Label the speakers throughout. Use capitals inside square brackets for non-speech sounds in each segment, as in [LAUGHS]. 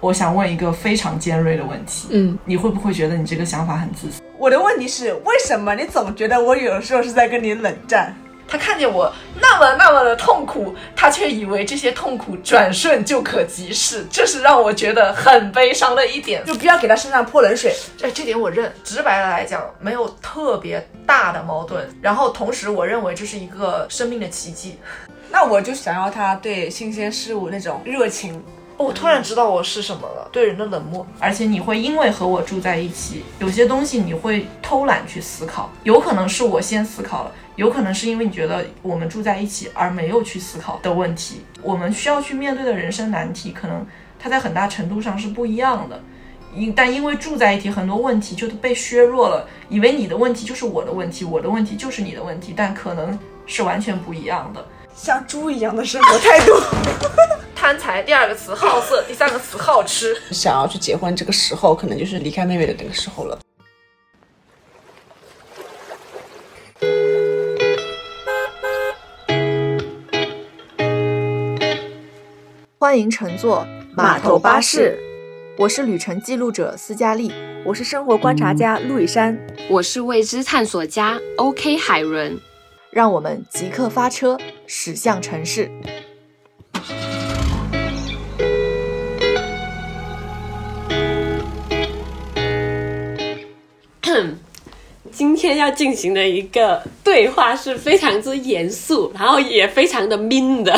Speaker 1: 我想问一个非常尖锐的问题，
Speaker 2: 嗯，
Speaker 1: 你会不会觉得你这个想法很自私？
Speaker 3: 我的问题是，为什么你总觉得 [LAUGHS] 我有的时候是在跟你冷战？
Speaker 4: 他看见我那么那么的痛苦，他却以为这些痛苦转瞬就可即逝，这是让我觉得很悲伤的一点。
Speaker 3: 就不要给他身上泼冷水。
Speaker 4: 这这点我认。直白的来讲，没有特别大的矛盾。然后同时，我认为这是一个生命的奇迹。
Speaker 3: 那我就想要他对新鲜事物那种热情。
Speaker 4: 哦我突然知道我是什么了，对人的冷漠。
Speaker 1: 而且你会因为和我住在一起，有些东西你会偷懒去思考，有可能是我先思考了，有可能是因为你觉得我们住在一起而没有去思考的问题。我们需要去面对的人生难题，可能它在很大程度上是不一样的。因但因为住在一起，很多问题就被削弱了，以为你的问题就是我的问题，我的问题就是你的问题，但可能是完全不一样的。
Speaker 3: 像猪一样的生活态度。
Speaker 4: 贪财，第二个词好色，第三个词好吃。
Speaker 2: 想要去结婚这个时候，可能就是离开妹妹的那个时候了。
Speaker 5: 欢迎乘坐
Speaker 6: 码头巴士，
Speaker 5: 我是旅程记录者斯嘉丽。
Speaker 6: 我是生活观察家陆以山。
Speaker 7: 我是未知探索家 OK 海伦。
Speaker 5: 让我们即刻发车，驶向城市。
Speaker 7: 今天要进行的一个对话是非常之严肃，然后也非常的 mean 的，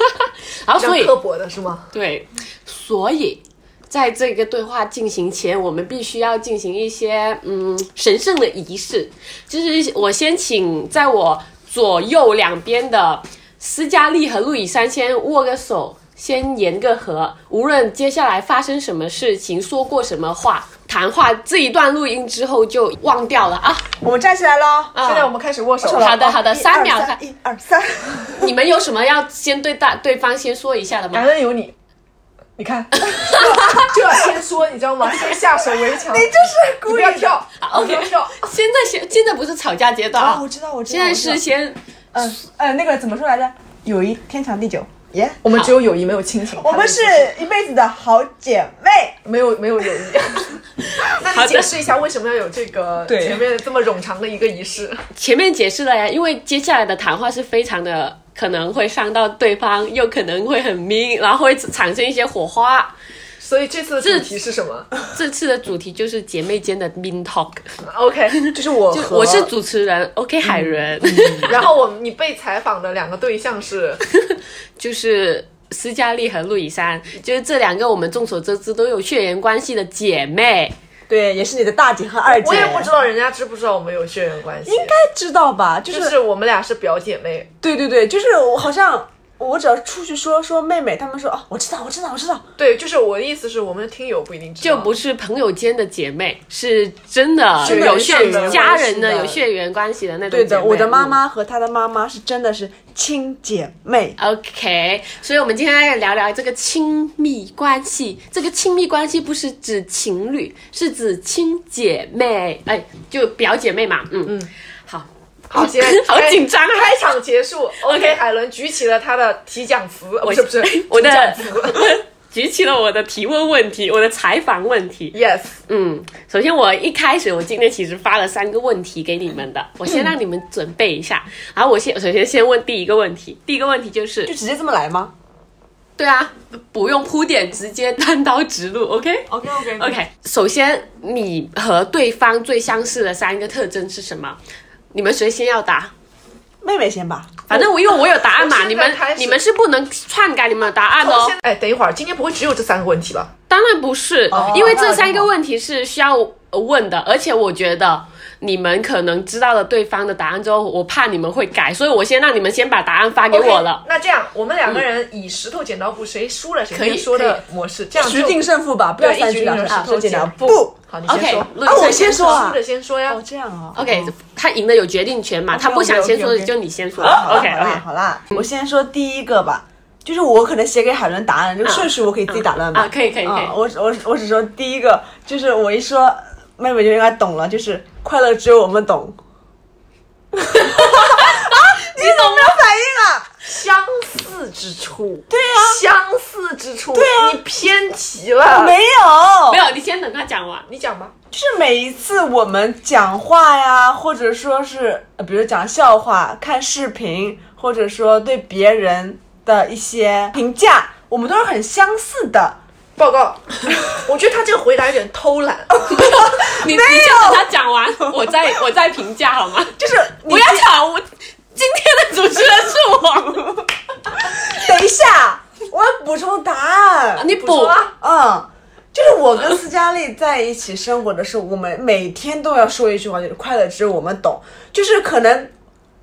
Speaker 7: [LAUGHS] 然后所以
Speaker 4: 薄的是吗？
Speaker 7: 对，所以在这个对话进行前，我们必须要进行一些嗯神圣的仪式，就是我先请在我左右两边的斯嘉丽和路易山先握个手，先言个和，无论接下来发生什么事情，说过什么话。谈话这一段录音之后就忘掉了啊！
Speaker 3: 我们站起来喽！
Speaker 7: 啊
Speaker 4: 现在我们开始握手
Speaker 7: 好
Speaker 4: 了。
Speaker 7: 的好的，三秒
Speaker 3: 一二
Speaker 7: 看
Speaker 3: 三，一二三。
Speaker 7: 你们有什么要先对大对方先说一下的吗
Speaker 4: 感？恩有你，你看， [LAUGHS] 就要先说，你知道吗？先下手为强。你
Speaker 3: 就是故
Speaker 4: 不
Speaker 3: 意
Speaker 4: 要跳
Speaker 7: 啊，OK
Speaker 4: 不要跳。
Speaker 7: 现在现现在不是吵架阶段
Speaker 3: 啊！
Speaker 7: 啊
Speaker 3: 我，知道，我知
Speaker 7: 现
Speaker 3: 道。
Speaker 7: 在
Speaker 3: 我
Speaker 7: 是
Speaker 3: 知道
Speaker 7: 先
Speaker 3: 呃呃，那个怎么说来着？友谊天长地久。耶、
Speaker 4: 我们只有友谊，没有亲情。
Speaker 3: 我们是一辈子的好姐妹。
Speaker 4: 没有没有友谊。
Speaker 5: [LAUGHS]
Speaker 4: 那你解释一下为什么要有这个
Speaker 2: 对
Speaker 4: 前面这么冗长的一个仪式？
Speaker 7: 前面解释了呀，因为接下来的谈话是非常的可能会伤到对方，又可能会很 mean，然后会产生一些火花。
Speaker 4: 所以这次的主题是什么
Speaker 7: 这次的主题就是姐妹间的 mean talk，
Speaker 4: ？OK，就是我
Speaker 7: 就
Speaker 4: 和
Speaker 7: 我是，主持人，OK 海伦，
Speaker 4: 然后我你被采访的两个对象是
Speaker 7: 就是。斯嘉丽和路易珊，就是这两个我们众所周知都有血缘关系的姐妹，
Speaker 6: 对，也是你的大姐和二姐。
Speaker 4: 我也不知道人家知不知道我们有血缘关系，应该
Speaker 6: 知道吧？就、
Speaker 4: 就是是我们俩是表姐妹，
Speaker 6: 对对对，就是我好像我只要出去说说妹妹，他们说哦，我知道，我知道，我知道。
Speaker 4: 对，就是我的意思是我们的听友不一定知道，
Speaker 7: 就不是朋友间的姐妹，是真的
Speaker 4: 是的
Speaker 7: 有
Speaker 4: 有
Speaker 7: 血
Speaker 4: 血缘
Speaker 7: 家
Speaker 6: 关系
Speaker 7: 人的
Speaker 6: 的
Speaker 7: 有血缘关系的那种
Speaker 6: 对
Speaker 7: 姐
Speaker 6: 的，
Speaker 7: 妹。
Speaker 6: 我的妈妈和她的妈妈是真的是亲姐妹。
Speaker 7: OK，所以我们今天来聊聊这个亲密关系。这个亲密关系不是指情侣，是指亲姐妹，哎，就表姐妹嘛。嗯嗯，好，
Speaker 4: 好
Speaker 7: [LAUGHS]
Speaker 4: 姐哎
Speaker 7: 好紧张啊
Speaker 4: 开开场结
Speaker 6: [LAUGHS]
Speaker 4: 束，OK，海伦举起了他的提讲词，哦不是不是
Speaker 6: [LAUGHS]
Speaker 7: 我的
Speaker 4: 提讲词
Speaker 7: [LAUGHS] 举起了我的提问问题，我的采访问题。
Speaker 4: ，Yes，
Speaker 7: 嗯，首先我一开始我今天其实发了三个问题给你们的，我先让你们准备一下。然后我先首先先问第一个问题，第一个问题就是
Speaker 6: 就直接这么来吗
Speaker 7: 对啊，不用铺垫，直接单刀直入，OK？OK、嗯
Speaker 6: ？OK
Speaker 4: 嗯
Speaker 6: OK
Speaker 7: OK，首先你和对方最相似的三个特征是什么？你们谁先要答？
Speaker 6: 妹妹先吧。
Speaker 7: 反正我因为我有答案
Speaker 4: 我
Speaker 7: 嘛，
Speaker 4: 现在
Speaker 7: 你们
Speaker 4: 开始
Speaker 7: 你们是不能篡改你们的答案的
Speaker 4: 我
Speaker 7: 哦
Speaker 4: 现。在哎，等一会儿，今天不会只有这三个问题吧？
Speaker 7: 当然不是，
Speaker 6: 哦
Speaker 7: 因为这三个问题是需
Speaker 4: 哦
Speaker 7: 要问的，而且我觉得你们可能知道了对方的答案之后，我怕你们会改，所以我先让你们先把答案发给我了。
Speaker 4: OK，那这样，我们两个人以石头剪刀布，谁输了谁
Speaker 7: 可以
Speaker 4: 先说的模式，这样
Speaker 6: 决
Speaker 4: 就
Speaker 6: 定胜负吧，不要
Speaker 4: 对
Speaker 6: 三
Speaker 4: 一局
Speaker 6: 局两
Speaker 4: 两
Speaker 6: 胜
Speaker 4: 胜
Speaker 6: 啊，就简单
Speaker 4: 不
Speaker 6: 不。
Speaker 4: 好，你
Speaker 7: ，OK，
Speaker 4: 先说。
Speaker 7: 论证
Speaker 6: 我先说啊
Speaker 4: 输的先说呀
Speaker 6: 哦，。这样啊。
Speaker 7: OK，他赢的有决定权嘛，他不想先说的就你先说。
Speaker 6: 好
Speaker 7: OK
Speaker 6: 啦好啦
Speaker 7: OK，
Speaker 6: 好啦，我先说第一个吧，就是我可能写给海伦答案，这个顺序我可以自己打乱吧。
Speaker 7: 啊啊，可以可以可
Speaker 6: 啊，
Speaker 7: 以。
Speaker 6: 我我我只说第一个，就是我一说妹妹就应该懂了，就是快乐只有我们
Speaker 7: [LAUGHS]
Speaker 6: 懂。啊
Speaker 4: 相似之处，对呀、相似似之处，对啊，你偏题
Speaker 7: 啊
Speaker 4: 了。
Speaker 6: 没有，
Speaker 7: 没有，你先等他讲完。
Speaker 4: 你讲吧。
Speaker 6: 就是每一次我们讲话呀，或者说是呃比如讲笑话、看视频，或者说对别人的一些评价，我们都是很相似的。
Speaker 4: 报告，我觉得他这个回答有点偷懒。
Speaker 7: 你你先等他讲 [LAUGHS] 完，我再我再评价好吗？
Speaker 6: 就是你
Speaker 7: 不要吵，我今天的主持人是我。
Speaker 6: 等一下，我要补充答案。
Speaker 7: 你补啊，
Speaker 6: 嗯，就是我跟斯嘉丽在一起生活的时候，我们每天都要说一句话，就是快乐只有我们懂。就是可能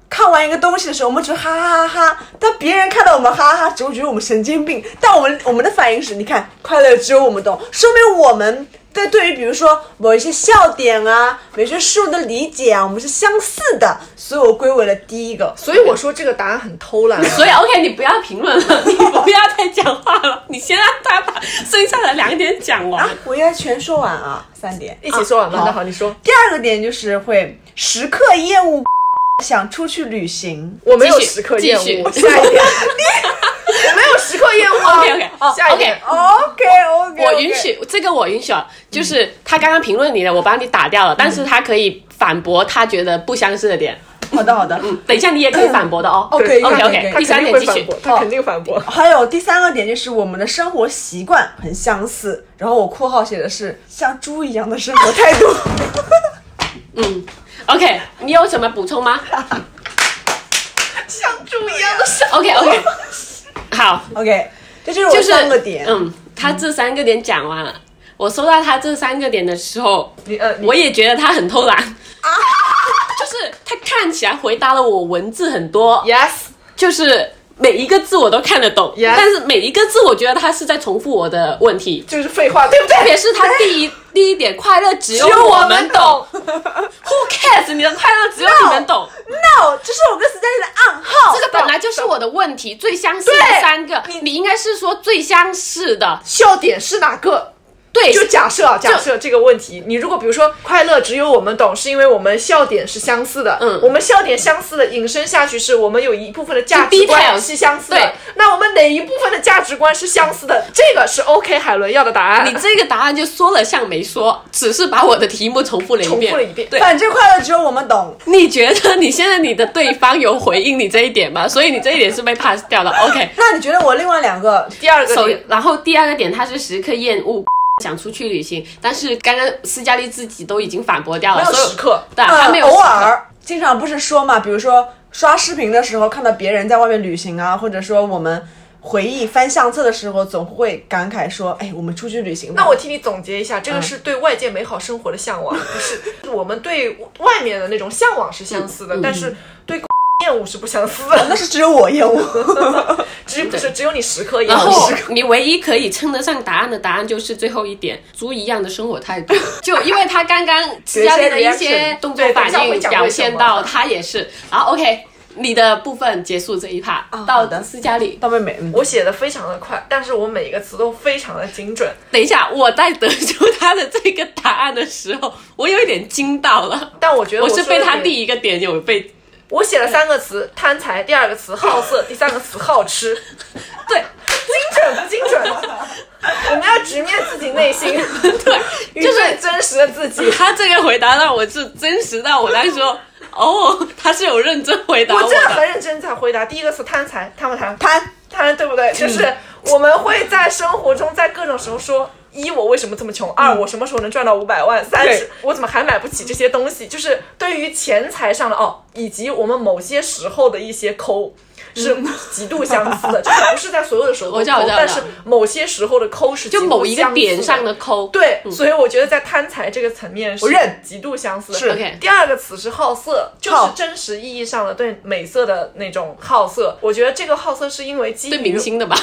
Speaker 6: 看完一个东西的时候，我们只是哈哈哈哈，但别人看到我们哈哈哈，只会觉得我们神经病。但我们我们的反应是，你看，快乐只有我们懂，说明我们。对，对于比如说某一些笑点啊，某一些事物的理解啊，我们是相似的，所以我归为了第一个。
Speaker 4: 所以我说这个答案很偷懒。
Speaker 7: [LAUGHS] 所以 OK，你不要评论了，你不要再讲话了， [LAUGHS] 你先让他把剩下的两点讲完。
Speaker 6: 啊，我应该全说完啊，三点。
Speaker 4: 一起说完吧。
Speaker 6: 好
Speaker 4: 那好，你说。
Speaker 6: 第二个点就是会时刻厌恶想出去旅行。
Speaker 4: 我没有
Speaker 7: 继续
Speaker 4: 时刻厌
Speaker 7: 继续
Speaker 4: 恶，
Speaker 7: [LAUGHS]
Speaker 4: 下一点。我没有时刻厌恶。
Speaker 7: OK OK
Speaker 4: 下一
Speaker 7: 哦 OK，
Speaker 4: 点
Speaker 6: OK OK，
Speaker 7: 我允许这个，我允许啊，就是他刚刚评论你的，我帮你打掉了，但是他可以反驳他觉得不相似的点。嗯
Speaker 6: 好的好的。
Speaker 7: 等一下你也可以反驳的哦。
Speaker 6: OK
Speaker 4: 他
Speaker 7: OK
Speaker 4: 肯
Speaker 7: OK，
Speaker 4: 他
Speaker 7: [LAUGHS]
Speaker 4: 肯
Speaker 7: 第三
Speaker 4: 定
Speaker 7: 点
Speaker 4: 会
Speaker 7: 继续
Speaker 4: 反驳，。他肯定反驳。
Speaker 6: 还有第三个点就是我们的生活习惯很相似，然后我括号写的是像猪一样的生活态度。 [LAUGHS]
Speaker 7: OK，你有什么补充吗？
Speaker 4: 像猪一样的
Speaker 7: OK OK，好，
Speaker 4: [LAUGHS]
Speaker 6: OK，这就是
Speaker 7: 就
Speaker 6: 我
Speaker 7: 是
Speaker 6: 三个点。
Speaker 7: 嗯，他这三个点讲完了。我收到他这三个点的时候，
Speaker 4: 你呃，你
Speaker 7: 我也觉得他很偷懒， [LAUGHS] 就是他看起来回答了我文字很多，
Speaker 4: yes
Speaker 7: 就是每一个字我都看得懂，
Speaker 4: Yes
Speaker 7: 但是每一个字我觉得他是在重复我的问题，
Speaker 4: 就是废话，对不
Speaker 7: 特
Speaker 4: 对？
Speaker 7: 别是他
Speaker 4: [LAUGHS]
Speaker 7: 第一第一点，快乐只有
Speaker 4: 只有我
Speaker 7: 我
Speaker 4: 们
Speaker 7: 们懂，Who cares？你的快乐只有你们懂。
Speaker 6: No，这是我跟斯嘉丽的暗号
Speaker 7: 这。个本来就是我的问题，最相似的三个，你应该是说最相似的，
Speaker 4: 笑点是哪个？
Speaker 7: 对，
Speaker 4: 就假设啊，假设这个问题，你如果比如说快乐只有我们懂，是因为我们笑点是相似的，
Speaker 7: 嗯
Speaker 4: 我们笑点相似的引申下去是我们有一部分的价值观
Speaker 7: Details
Speaker 4: 是相似的
Speaker 7: 对，
Speaker 4: 那我们哪一部分的价值观是相似的？这个是 OK 海伦要的答案。
Speaker 7: 你这个答案就说了像没说，只是把我的题目重复了一
Speaker 4: 重
Speaker 7: 遍
Speaker 4: 复了。一遍，
Speaker 7: 对
Speaker 6: 反正快乐只有我们懂。
Speaker 7: 你觉得你现在你的对方有回应你这一点吗？所以你这一点是被 pass 掉了。OK，
Speaker 6: 那你觉得我另外两个
Speaker 4: 第二个
Speaker 7: 首
Speaker 4: 点
Speaker 7: 然后第二个点，他是时刻厌恶想出去旅行，但是刚刚斯嘉丽自己都已经反驳掉
Speaker 4: 没
Speaker 7: 了，
Speaker 4: 有嗯
Speaker 7: 所以
Speaker 4: 时刻，
Speaker 7: 对，
Speaker 6: 呃
Speaker 7: 他没有时
Speaker 6: 偶
Speaker 7: 刻
Speaker 6: 尔经常不是说嘛，比如说刷视频的时候看到别人在外面旅行啊，或者说我们回忆翻相册的时候，总会感慨说，哎，我们出去旅行吧。
Speaker 4: 那我替你总结一下，这个是对外界美好生活的向往，不是 [LAUGHS] 我们对外面的那种向往是相似的，但是对 [LAUGHS] 厌恶是不相似的。 [LAUGHS]
Speaker 6: 那是只有我厌恶。 [LAUGHS]
Speaker 4: 只不是只有你时刻厌
Speaker 7: 然
Speaker 4: 恶
Speaker 7: 后，你唯一可以称得上答案的答案就是最后一点，猪一样的生活态度。就因为他刚刚斯嘉丽的一些动作反应表现到他也是。然后 OK，你的部分结束这一趴，
Speaker 6: 好
Speaker 7: 到
Speaker 6: 的
Speaker 7: 斯嘉丽。
Speaker 6: 到妹妹，嗯
Speaker 4: 我写的非常的快，但是我每一个词都非常的精准。
Speaker 7: 等一下，我在得出他的这个答案的时候，我有一点惊到了。
Speaker 4: 但我觉得
Speaker 7: 我
Speaker 4: 说
Speaker 7: 是
Speaker 4: 的
Speaker 7: 被他
Speaker 4: 对
Speaker 7: 第一个点有被
Speaker 4: 我写了三个词：贪财，第二个词好色，第三个词好
Speaker 7: [LAUGHS]
Speaker 4: 吃。对，精准不精准？我们要直面自己内
Speaker 7: [LAUGHS]
Speaker 4: 心， [LAUGHS] 对，
Speaker 7: 就
Speaker 4: 就是是真实的自己。
Speaker 7: 他这个回答让我是真实到我当时说， [LAUGHS] 哦，他是有认真回答
Speaker 4: 我
Speaker 7: 的。
Speaker 4: 真的很认真在回答。第一个词贪财，贪不贪？
Speaker 6: 潘，
Speaker 4: 贪，对不对？就是我们会在生活中，在各种时候说。一我为什么这么穷？二我什么时候能赚到五百万？三是我怎么还买不起这些东西？就是对于钱财上的哦，以及我们某些时候的一些抠，是极度相似的。就是不是在所有的时候都
Speaker 7: 嗯我知道
Speaker 4: 抠
Speaker 7: 我知道
Speaker 4: 但是某些时候的抠是极
Speaker 7: 就
Speaker 4: 度
Speaker 7: 某一个
Speaker 4: 相似
Speaker 7: 点上的嗯抠，
Speaker 4: 对，所以我觉得在贪财这个层面是
Speaker 6: 我认
Speaker 4: 极度相似的。
Speaker 6: 是
Speaker 7: OK
Speaker 4: 第二个词是好色，就是
Speaker 6: 好
Speaker 4: 真实意义上的对美色的那种好色。我觉得这个好色是因为基于
Speaker 7: 对明星的吧？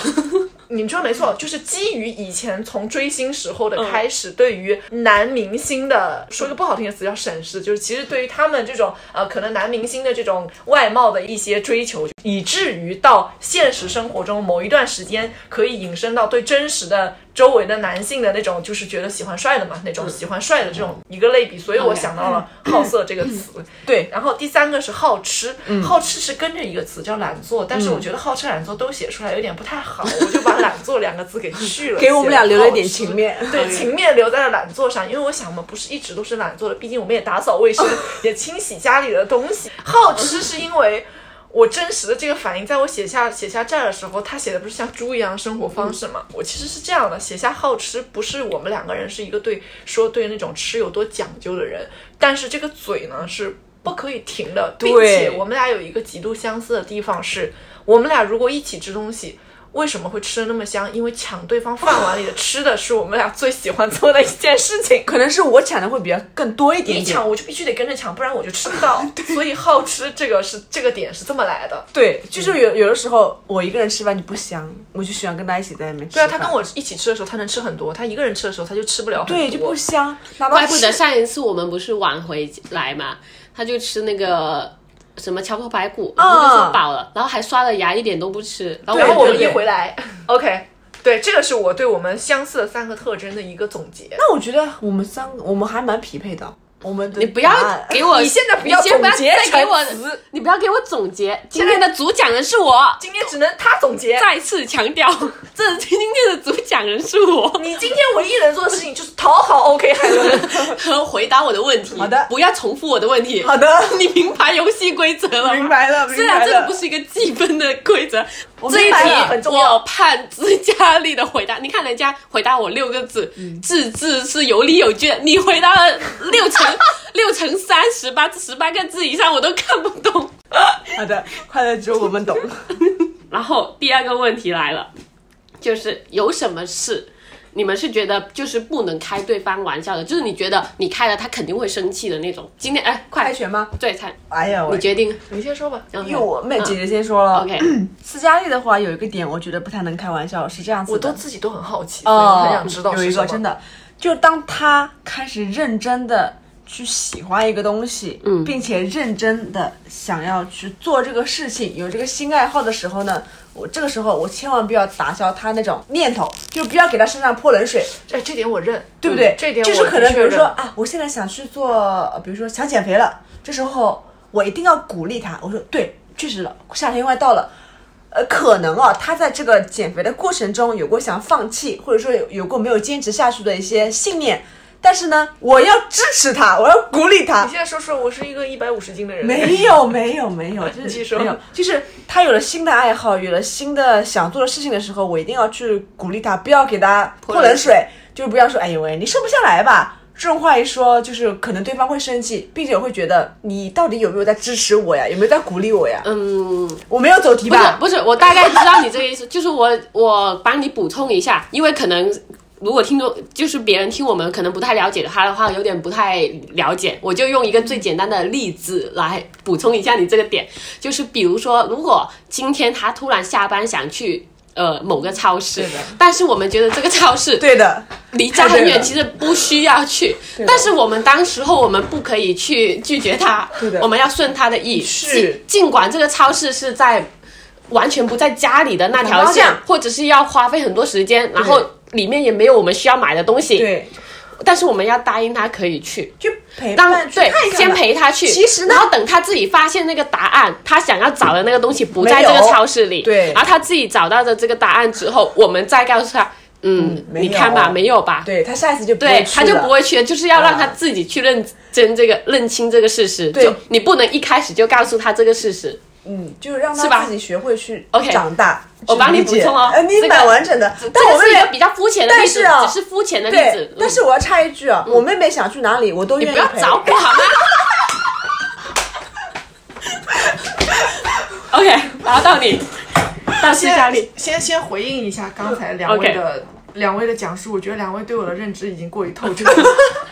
Speaker 4: 你说没错，就是基于以前从追星时候的开始，对于男明星的说一个不好听的词叫审视，就是其实对于他们这种呃可能男明星的这种外貌的一些追求，以至于到现实生活中某一段时间可以引申到对真实的周围的男性的那种，就是觉得喜欢帅的嘛，那种喜欢帅的这种一个类比，所以我
Speaker 7: OK
Speaker 4: 想到了好色这个词。
Speaker 6: 对，
Speaker 4: 然后第三个是好吃，
Speaker 6: 嗯
Speaker 4: 好吃是跟着一个词叫懒做，但是我觉得好吃懒做都写出来有点不太好，我就把懒座”两个字给去
Speaker 6: [LAUGHS]
Speaker 4: 了，
Speaker 6: 给我们俩留了一点情面 [LAUGHS]
Speaker 4: 写得好吃对，情面留在了懒座上，因为我想我们不是一直都是懒座的，毕竟我们也打扫卫生，也清洗家里的东西。好吃是因为。我真实的这个反应，在我写下写下这儿的时候，他写的不是像猪一样的生活方式嘛？我其实是这样的，写下好吃不是我们两个人是一个对说对那种吃有多讲究的人，但是这个嘴呢是不可以停的，并且我们俩有一个极度相似的地方是，我们俩如果一起吃东西。为什么会吃的那么香？因为抢对方饭碗里的吃的是我们俩最喜欢做的
Speaker 8: [LAUGHS]
Speaker 4: 一件事情。
Speaker 6: 可能是我抢的会比较更多一点
Speaker 4: 你
Speaker 6: 点。
Speaker 4: 抢我就必须得跟着抢，不然我就吃不到。所以好吃这个是这个点是这么来的。
Speaker 6: 对，就是有有的时候我一个人吃饭就不香，我就喜欢跟他一起在那边吃
Speaker 4: 对啊，
Speaker 6: 饭。
Speaker 4: 他跟我一起吃的时候，他能吃很多；他一个人吃的时候，他就吃不了很多。
Speaker 6: 对就不香，哪怕
Speaker 7: 怪不得
Speaker 6: 吃
Speaker 7: 上一次我们不是晚回来嘛，他就吃那个什么跷跷排骨，
Speaker 4: 哦
Speaker 7: 然
Speaker 6: 啊
Speaker 7: 后就说饱了，然后还刷了牙，一点都不吃。然后
Speaker 4: 然后我
Speaker 7: 我
Speaker 4: 们
Speaker 7: 们
Speaker 4: 一
Speaker 7: 就
Speaker 4: 回来，OK，对，这个是我对我们相似的三个特征的一个总结。
Speaker 6: 那我觉得我们三个我们还蛮匹配的。我们的
Speaker 7: 你不要
Speaker 6: 答案
Speaker 7: 给我，
Speaker 4: 你现在不要
Speaker 7: 你先不要
Speaker 4: 总结
Speaker 7: 再给
Speaker 4: 陈
Speaker 7: 我，你不要给我总结。今天的主讲人是我，
Speaker 4: 今天只能他总结。
Speaker 7: 再次强调，这今天的主讲人是我。
Speaker 4: 你今天唯一能做的事情就是讨好 OK 海伦。
Speaker 7: [LAUGHS] 回答我的问题，
Speaker 6: 好的
Speaker 7: 不要重复我的问题。
Speaker 6: 好的， [LAUGHS]
Speaker 7: 你明白游戏规则了吗？
Speaker 6: 明白了，
Speaker 7: 虽
Speaker 6: 明
Speaker 7: 然
Speaker 6: 白
Speaker 7: 这个不
Speaker 6: 了。
Speaker 7: 是一个计分的规则，这一
Speaker 4: 明白了很
Speaker 7: 题
Speaker 4: 重要
Speaker 7: 我判自佳丽的回答。你看人家回答我六个字，字字是有理有据的。你回答了六乘 [LAUGHS] 六乘三十八，十八个字以上我都看不懂。
Speaker 6: 好的，快乐只有我们懂。
Speaker 7: 然后第二个问题来了，就是有什么事你们是觉得就是不能开对方玩笑的，就是你觉得你开了他肯定会生气的那种。今天哎，快
Speaker 6: 猜拳吗？
Speaker 7: 对猜，
Speaker 6: 哎呀，
Speaker 7: 你
Speaker 6: 我
Speaker 7: 决定。
Speaker 4: 你先说吧。
Speaker 6: 因为我妹姐姐先说了，
Speaker 7: 嗯 OK，
Speaker 6: 斯嘉丽的话有一个点，我觉得不太能开玩笑，是这样子的。
Speaker 4: 我都自己都很好奇，所以
Speaker 6: 哦，
Speaker 4: 我很想知道
Speaker 6: 有
Speaker 4: 是
Speaker 6: 一
Speaker 4: 什么。
Speaker 6: 个真，的，就当他开始认真的去喜欢一个东西，
Speaker 7: 嗯
Speaker 6: 并且认真的想要去做这个事情，有这个新爱好的时候呢，我这个时候我千万不要打消他那种念头，就不要给他身上泼冷水，
Speaker 4: 哎，这点我认，嗯
Speaker 6: 对不对？
Speaker 4: 这点我
Speaker 6: 就是可能，
Speaker 4: 的
Speaker 6: 比
Speaker 4: 确
Speaker 6: 如说
Speaker 4: 认
Speaker 6: 啊，我现在想去做，呃比如说想减肥了，这时候我一定要鼓励他。我说对，确实了，夏天快到了。呃，可能啊，他在这个减肥的过程中有过想放弃，或者说有有过没有坚持下去的一些信念，但是呢，我要支持他，我要鼓励他
Speaker 4: 你。现在说说，我是一个一百五十斤的人，
Speaker 6: 没有，没有，没有，就
Speaker 4: [LAUGHS] 你继续
Speaker 6: 是
Speaker 4: 说
Speaker 6: 没有，就是他有了新的爱好，有了新的想做的事情的时候，我一定要去鼓励他，不要给他泼冷水，就不要说“哎呦喂，你瘦不下来吧”这种话一说，就是可能对方会生气，并且会觉得你到底有没有在支持我呀，有没有在鼓励我呀？
Speaker 7: 嗯。
Speaker 6: 我没有走题
Speaker 7: 不是
Speaker 6: 吧？
Speaker 7: 不是，我大概知道你这个意思， [LAUGHS] 就是我我帮你补充一下，因为可能如果听众就是别人听我们可能不太了解他的话，有点不太了解，我就用一个最简单的例子来补充一下你这个点，就是比如说，如果今天他突然下班想去。呃，某个超市，但是我们觉得这个超市
Speaker 6: [LAUGHS] 对的，
Speaker 7: 离家很
Speaker 6: 太对
Speaker 7: 远，
Speaker 6: 了
Speaker 7: 其实不需要去。但是我们当时候我们不可以去拒绝他
Speaker 6: 对，的
Speaker 7: 我们要顺他的意。
Speaker 6: 是
Speaker 7: 尽尽管这个超市是在完全不在家里的那条线
Speaker 6: 很麻，
Speaker 7: 或者是要花费很多时间，然后里面也没有我们需要买的东西，
Speaker 6: 对，
Speaker 7: 但是我们要答应他可以去。
Speaker 6: 就陪
Speaker 7: 当
Speaker 6: 伴，去
Speaker 7: 对
Speaker 6: 看一，看
Speaker 7: 先
Speaker 6: 吧
Speaker 7: 陪他去。
Speaker 6: 其实呢
Speaker 7: 然后等他自己发现那个答案，他想要找的那个东西不在
Speaker 6: 没
Speaker 7: 这
Speaker 6: 有
Speaker 7: 个超市里。
Speaker 6: 对
Speaker 7: 然后他自己找到的这个答案之后，我们再告诉他，嗯，
Speaker 6: 没
Speaker 7: 你
Speaker 6: 有
Speaker 7: 看吧，没有吧？
Speaker 6: 对他下一次就不
Speaker 7: 对
Speaker 6: 会
Speaker 7: 他
Speaker 6: 去
Speaker 7: 就
Speaker 6: 了
Speaker 7: 不会去，就是要让他自己去认真这个、认清这个事实。
Speaker 6: 对
Speaker 7: 就你不能一开始就告诉他这个事实。
Speaker 6: 嗯，就是让
Speaker 7: 是吧
Speaker 6: 他自己学会去
Speaker 7: OK
Speaker 6: 长大。
Speaker 7: 我帮你
Speaker 6: 去理解
Speaker 7: 补充哦
Speaker 6: 呃，你
Speaker 7: 这个
Speaker 6: 蛮完整的，但
Speaker 7: 这
Speaker 6: 我
Speaker 7: 个
Speaker 6: 妹
Speaker 7: 是一
Speaker 6: 妹
Speaker 7: 个比较肤浅的例子，
Speaker 6: 但是啊
Speaker 7: 只是肤浅的例
Speaker 6: 对，
Speaker 7: 子。嗯
Speaker 6: 但是我要插一句啊，我妹妹想去哪里，我都
Speaker 7: 嗯你
Speaker 6: 愿意
Speaker 7: 不要
Speaker 6: 陪。
Speaker 7: 找我好吗？OK，然后到你，到斯嘉丽。
Speaker 8: 先先回应一下刚才两
Speaker 7: OK
Speaker 8: 位的两位的讲述，我觉得两位对我的认知已经过于透
Speaker 4: [LAUGHS]
Speaker 8: 彻了。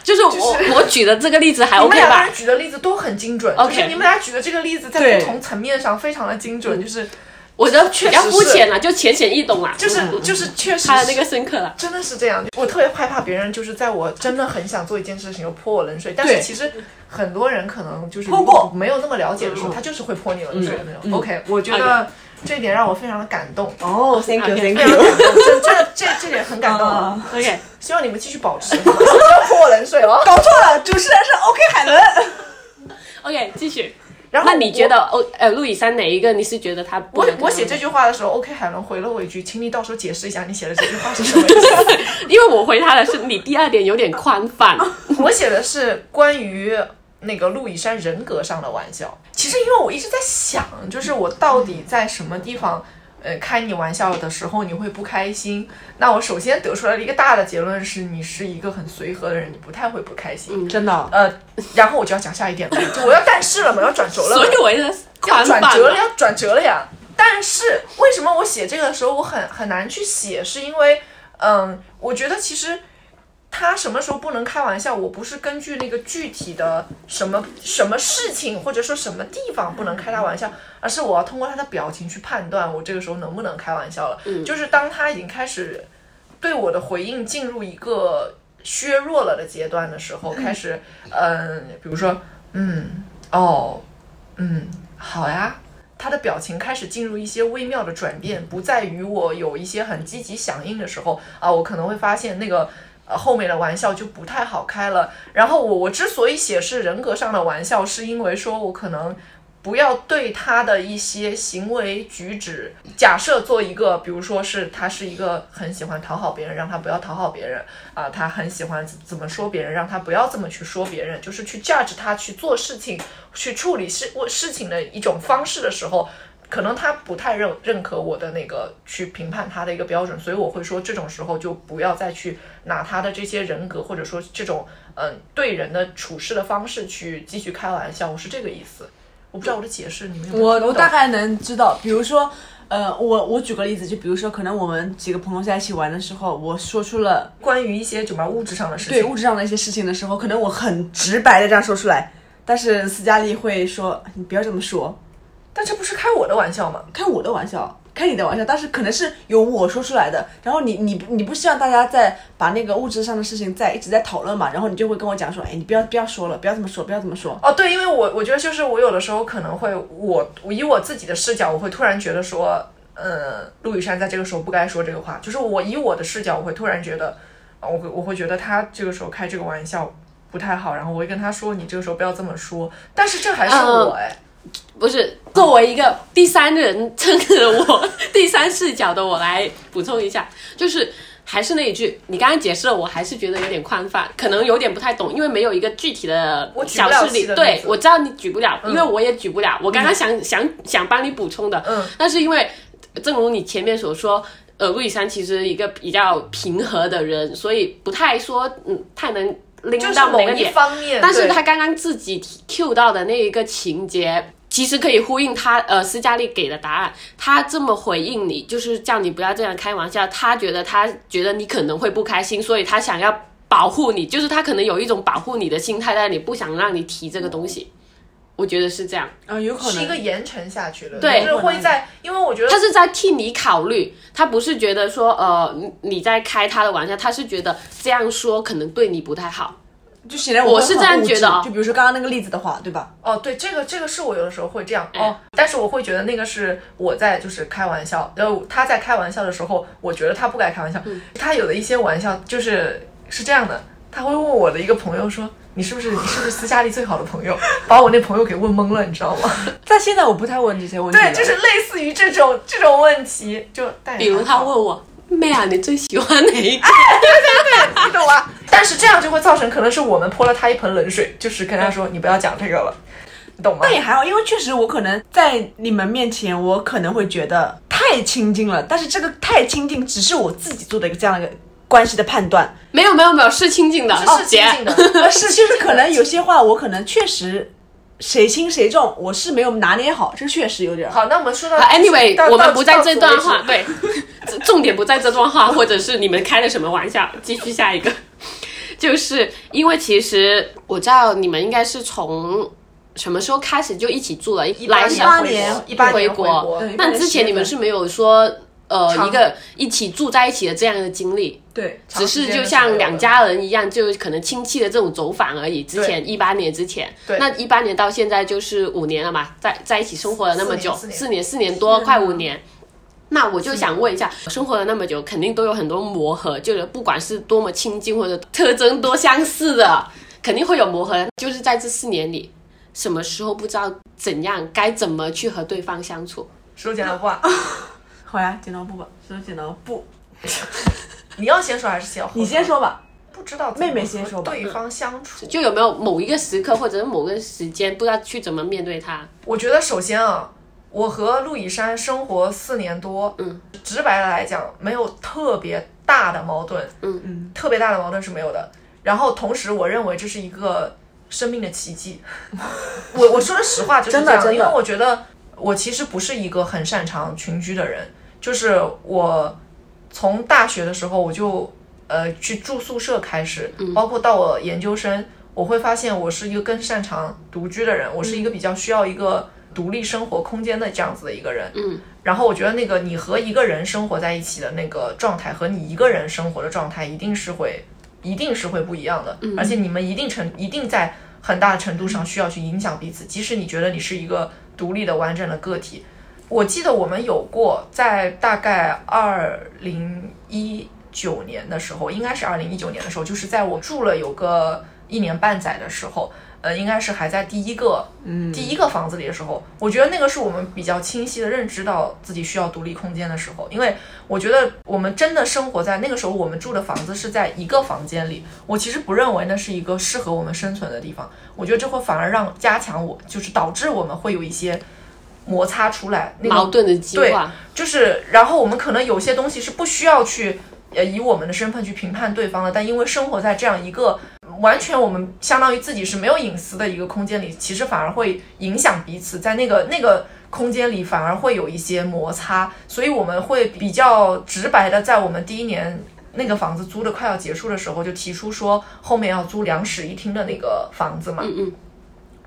Speaker 7: 就是我我举的这个例子还
Speaker 8: 你们
Speaker 7: OK
Speaker 8: 两个
Speaker 7: 吧
Speaker 8: 人？举的例子都很精准
Speaker 7: OK
Speaker 8: 就是你们俩举的这个例子在
Speaker 6: 对
Speaker 8: 不同层面上非常的精准，就是
Speaker 7: 我的比较
Speaker 8: 确实是
Speaker 7: 肤浅啊了，就浅显易懂啦，
Speaker 8: 就是
Speaker 7: 嗯
Speaker 8: 就是确实
Speaker 7: 他的那
Speaker 8: 是
Speaker 7: 个深刻了。啊
Speaker 8: 真的是这样，我特别害怕别人就是在我真的很想做一件事情又泼我冷水，但是
Speaker 6: 对
Speaker 8: 其实很多人可能就是
Speaker 6: 泼过
Speaker 8: 如果没有那么了解的
Speaker 7: 嗯
Speaker 8: 时候，他就是会泼你冷水的那种。OK，我觉得这一点让我非常的感动，
Speaker 6: 哦，thank you，thank
Speaker 8: 非常
Speaker 7: [LAUGHS]
Speaker 6: you。
Speaker 8: 感动，这这这这点很感动啊。
Speaker 6: 啊
Speaker 7: OK，
Speaker 8: 希望你们继续保持，不
Speaker 7: [LAUGHS]
Speaker 8: 要泼我冷水哦。
Speaker 6: 搞错了，主持人是 OK 海伦。
Speaker 7: OK，继续。
Speaker 4: 然后
Speaker 7: 那你
Speaker 4: 我
Speaker 7: 觉得嗯欧呃路易三哪一个你是觉得他不
Speaker 4: 我
Speaker 7: 能看
Speaker 4: 我写
Speaker 7: 到
Speaker 4: 这句话的时候，OK 海伦回了我一句，请你到时候解释一下你写的这句话是什么意
Speaker 7: [LAUGHS]
Speaker 4: 思。
Speaker 7: 因为我回他的是你第二点有点宽泛，
Speaker 4: [LAUGHS] 我写的是关于那个陆以山人格上的玩笑。其实因为我一直在想，就是我到底在什么地方。呃，开你玩笑的时候你会不开心，那我首先得出来的一个大的结论是，你是一个很随和的人，你不太会不开心。
Speaker 6: 嗯真的，哦
Speaker 4: 呃，然后我就要讲下一点了，就我要但是了嘛，要转轴了嘛。
Speaker 7: 所以我就是
Speaker 4: 要
Speaker 7: 宽
Speaker 4: 转
Speaker 7: 泛
Speaker 4: 折了，
Speaker 7: 了。
Speaker 4: 要转折了呀！但是为什么我写这个的时候我很很难去写，是因为，嗯，我觉得其实他什么时候不能开玩笑，我不是根据那个具体的什么什么事情或者说什么地方不能开他玩笑，而是我要通过他的表情去判断我这个时候能不能开玩笑了。就是当他已经开始对我的回应进入一个削弱了的阶段的时候，开始，嗯，比如说，嗯，哦，嗯，好呀。他的表情开始进入一些微妙的转变，不在于我有一些很积极响应的时候啊，我可能会发现那个。呃，后面的玩笑就不太好开了。然后我我之所以写是人格上的玩笑，是因为说我可能不要对他的一些行为举止，假设做一个，比如说是他是一个很喜欢讨好别人，让他不要讨好别人啊、他很喜欢怎怎么说别人，让他不要这么去说别人，就是去 judge 他去做事情，去处理事事情的一种方式的时候，可能他不太认认可我的那个去评判他的一个标准，所以我会说这种时候就不要再去拿他的这些人格或者说这种嗯对人的处事的方式去继续开玩笑，我是这个意思。我不知道我的解释你们有没有
Speaker 6: [LAUGHS] 我
Speaker 4: 听
Speaker 6: 我
Speaker 4: 懂
Speaker 6: 大概能知道，比如说，呃，我我举个例子，就比如说，可能我们几个朋友在一起玩的时候，我说出了
Speaker 4: 关于一些什么物质上的事
Speaker 6: 对
Speaker 4: 情
Speaker 6: 物，质上的一些事情的时候，可能我很直白的这样说出来，但是斯嘉丽会说你不要这么说，
Speaker 4: 但这不是开我的玩笑吗？
Speaker 6: 开我的玩笑，开你的玩笑，但是可能是由我说出来的。然后你你你不希望大家在把那个物质上的事情在一直在讨论嘛，然后你就会跟我讲说，哎，你不要不要说了，不要这么说，不要这么说。
Speaker 4: 哦，对，因为我我觉得就是我有的时候可能会我我以我自己的视角，我会突然觉得说，嗯，陆羽山在这个时候不该说这个话，就是我以我的视角，我会突然觉得，啊，我会我会觉得他这个时候开这个玩笑。不太好，然后我会跟他说：“你这个时候不要这么说。”但是这还是我哎，
Speaker 7: 不是作为一个第三人称的我，第三视角的我来补充一下，就是还是那一句，你刚刚解释了，我还是觉得有点宽泛，可能有点不太懂，因为没有一个具体的
Speaker 4: 我举不
Speaker 7: 小
Speaker 4: 了
Speaker 7: 事
Speaker 4: 细
Speaker 7: 例。
Speaker 4: 的例
Speaker 7: 对
Speaker 4: 子，
Speaker 7: 我知道你举不了，因为我也举不了。我刚刚想、想想帮你补充的，
Speaker 4: 嗯，
Speaker 7: 但是因为正如你前面所说。呃，陆以山其实一个比较平和的人，所以不太说，嗯，太能拎
Speaker 4: 就是
Speaker 7: 到
Speaker 4: 某
Speaker 7: 某个
Speaker 4: 一
Speaker 7: 点。
Speaker 4: 方面，
Speaker 7: 但
Speaker 4: 对
Speaker 7: 是他刚刚自己提 cue 到的那一个情节，其实可以呼应他呃斯嘉丽给的答案。他这么回应你，就是叫你不要这样开玩笑。他觉得他觉得你可能会不开心，所以他想要保护你，就是他可能有一种保护你的心态在你不想让你提这个东西。嗯我觉得是这样，
Speaker 6: 啊、有可
Speaker 4: 是一个
Speaker 6: 能。
Speaker 4: 延承下去的，
Speaker 7: 对
Speaker 4: 就是会在，因为我觉得
Speaker 7: 他是在替你考虑，他不是觉得说呃你你在开他的玩笑，他是觉得这样说可能对你不太好。
Speaker 6: 就显然
Speaker 7: 我
Speaker 6: 会
Speaker 7: 是
Speaker 6: 很
Speaker 7: 这样
Speaker 6: 物
Speaker 7: 觉
Speaker 6: 质
Speaker 7: 得啊
Speaker 6: 就比如说刚刚那个例子的话，对吧？
Speaker 4: 哦，对，这个这个是我有的时候会这样
Speaker 7: 哎
Speaker 4: 哦，但是我会觉得那个是我在就是开玩笑，然后他在开玩笑的时候，我觉得他不该开玩笑，
Speaker 7: 嗯
Speaker 4: 他有的一些玩笑就是是这样的，他会问我的一个朋友说。你是不是你是不是斯嘉丽最好的朋友？把我那朋友给问懵了，你知道吗？ [LAUGHS]
Speaker 6: 但现在我不太问这些问题了。
Speaker 4: 对，就是类似于这种这种问题，就但也
Speaker 7: 比如
Speaker 4: 还
Speaker 7: 他
Speaker 4: 好
Speaker 7: 问我妹啊，你最喜欢哪一个？
Speaker 4: 你懂吗？但是这样就会造成可能是我们泼了他一盆冷水，就是跟他说你不要讲这个了，你懂吗？
Speaker 6: 但也还好，因为确实我可能在你们面前，我可能会觉得太亲近了，但是这个太亲近只是我自己做的一个这样的一个关系的判断，
Speaker 7: 没有没有没有，是亲近的，哦
Speaker 4: 是亲
Speaker 7: 姐
Speaker 4: 哦
Speaker 6: [LAUGHS]
Speaker 4: 近的，
Speaker 6: 而呃是就是可能有些话我可能确实谁轻谁重，我是没有拿捏好，这确实有点儿。
Speaker 4: 好，那我们说到
Speaker 7: 好，anyway，
Speaker 4: 到
Speaker 7: 我们
Speaker 4: 到
Speaker 7: 不在
Speaker 4: 到
Speaker 7: 这
Speaker 4: 此
Speaker 7: 段
Speaker 4: 为止
Speaker 7: 话，对， [LAUGHS] 重重点不在这段话，或者是你们开了什么玩笑，继续下一个，就是因为其实我知道你们应该是从什么时候开始就一起住了，来上
Speaker 6: 18年
Speaker 4: 一八
Speaker 7: 回
Speaker 4: 年国，
Speaker 6: 对
Speaker 7: 那之前你们是没有说呃一个一起住在一起的这样的经历，
Speaker 6: 对，
Speaker 7: 只是就像两家人一样，就可能亲戚的这种走访而已。之前一八年之前，那一八年到现在就是五年了嘛，在在一起生活了那么久，
Speaker 4: 四年四年
Speaker 7: 四年四年多，快五年。那我就想问一下，生活了那么久，肯定都有很多磨合，就是不管是多么亲近或者特征多相似的，肯定会有磨合。就是在这四年里，什么时候不知道怎样，该怎么去和对方相处。
Speaker 4: 手剪刀布啊，
Speaker 6: 好呀，剪刀布吧，石头剪刀布，
Speaker 4: 你要先说还是先后？
Speaker 6: 你先，说吧。
Speaker 4: 不知道怎么
Speaker 6: 妹妹先说吧嗯
Speaker 4: 和对方相处，
Speaker 7: 就有没有某一个时刻或者是某个时间，不知道去怎么面对他？
Speaker 4: 我觉得首先啊，我和陆以山生活四年多，
Speaker 7: 嗯，
Speaker 4: 直白的来讲，没有特别大的矛盾，
Speaker 7: 嗯
Speaker 4: 嗯，特别大的矛盾是没有的。然后同时，我认为这是一个生命的奇迹。 [LAUGHS] 我我说的实话就是这样，
Speaker 6: 真的
Speaker 4: 因为我觉得我其实不是一个很擅长群居的人，就是我从大学的时候我就呃去住宿舍开始，
Speaker 6: 嗯
Speaker 4: 包括到我研究生，我会发现我是一个更擅长独居的人，我是一个比较需要一个独立生活空间的这样子的一个人。
Speaker 7: 嗯，
Speaker 4: 然后我觉得那个你和一个人生活在一起的那个状态和你一个人生活的状态一定是会一定是会不一样的，而且你们一定程一定在很大的程度上需要去影响彼此，即使你觉得你是一个独立的完整的个体。我记得我们有过在大概二零一九年的时候，应该是二零一九年的时候，就是在我住了有个一年半载的时候，呃，应该是还在第一个
Speaker 7: 嗯
Speaker 4: 第一个房子里的时候，我觉得那个是我们比较清晰的认知到自己需要独立空间的时候，因为我觉得我们真的生活在那个时候，我们住的房子是在一个房间里，我其实不认为那是一个适合我们生存的地方，我觉得这会反而让加强我，就是导致我们会有一些摩擦出来，那个
Speaker 7: 矛盾的激
Speaker 4: 对
Speaker 7: 化，
Speaker 4: 就是，然后我们可能有些东西是不需要去呃以我们的身份去评判对方的，但因为生活在这样一个完全我们相当于自己是没有隐私的一个空间里，其实反而会影响彼此，在那个那个空间里反而会有一些摩擦，所以我们会比较直白的在我们第一年。那个房子租的快要结室的时候，就提出说后面要租两室一厅的那个房子嘛。
Speaker 7: 嗯嗯，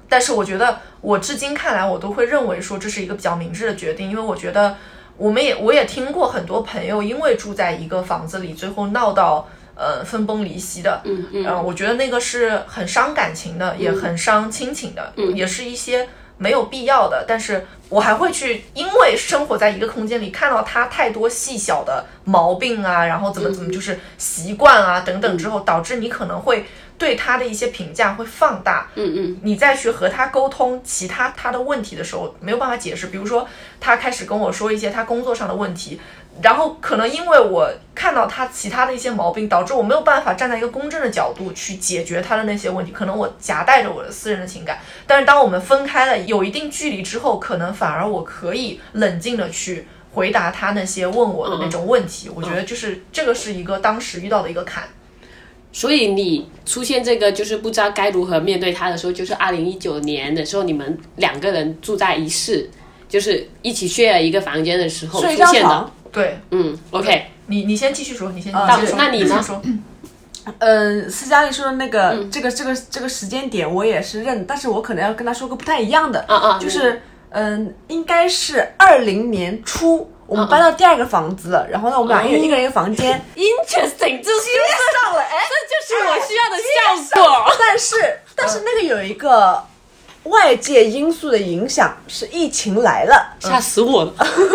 Speaker 4: 但是我觉得我至今看来，我都会认为说这是一个比较明智的决定，因为我觉得我们也我也听过很多朋友因为住在一个房子里，最后闹到呃分崩离析的。嗯嗯、我觉得那个是很伤感情的，也很伤亲情的，也是一些没有必要的。但是我还会去，因为生活在一个空间里，看到他太多细小的毛病啊，然后怎么怎么就是习惯啊等等之后，导致你可能会对他的一些评价会放大。
Speaker 7: 嗯嗯，
Speaker 4: 你再去和他沟通其他他的问题的时候，没有办法解释。比如说，他开始跟我说一些他工作上的问题，然后可能因为我看到他其他的一些毛病，导致我没有办法站在一个公正的角度去解决他的那些问题。可能我夹带着我的私人的情感，但是当我们分开了有一定距离之后，可能反而我可以冷静的去。回答他那些问我的那种问题，我觉得就是这个是一个当时遇到的一个坎，
Speaker 7: 所以你出现这个就是不知道该如何面对他的时候，就是二零一九年的时候，你们两个人住在一室，就是一起 share 一个房间的时候出
Speaker 6: 睡一张
Speaker 7: 现的
Speaker 6: 床。
Speaker 4: 对
Speaker 7: 嗯，OK，
Speaker 4: 你，你先继续说，你先，
Speaker 7: 那
Speaker 4: 你先说，
Speaker 7: 那你呢
Speaker 4: 先说，
Speaker 6: 嗯，斯嘉丽说的那个、这个这个这个时间点，我也是认，但是我可能要跟她说个不太一样的，
Speaker 7: 嗯嗯
Speaker 6: 就是啊嗯，啊应该是二零年初，我们搬到第二个房子了，然后呢，我们俩一人一个人一个房间， [LAUGHS]
Speaker 7: ，interesting，这接上了，哎，这就是我需要的效果。
Speaker 6: 但是
Speaker 4: [LAUGHS] 嗯
Speaker 6: 但是那个有一个外界因素的影响，是疫情来了，
Speaker 7: [LAUGHS] 吓死我了！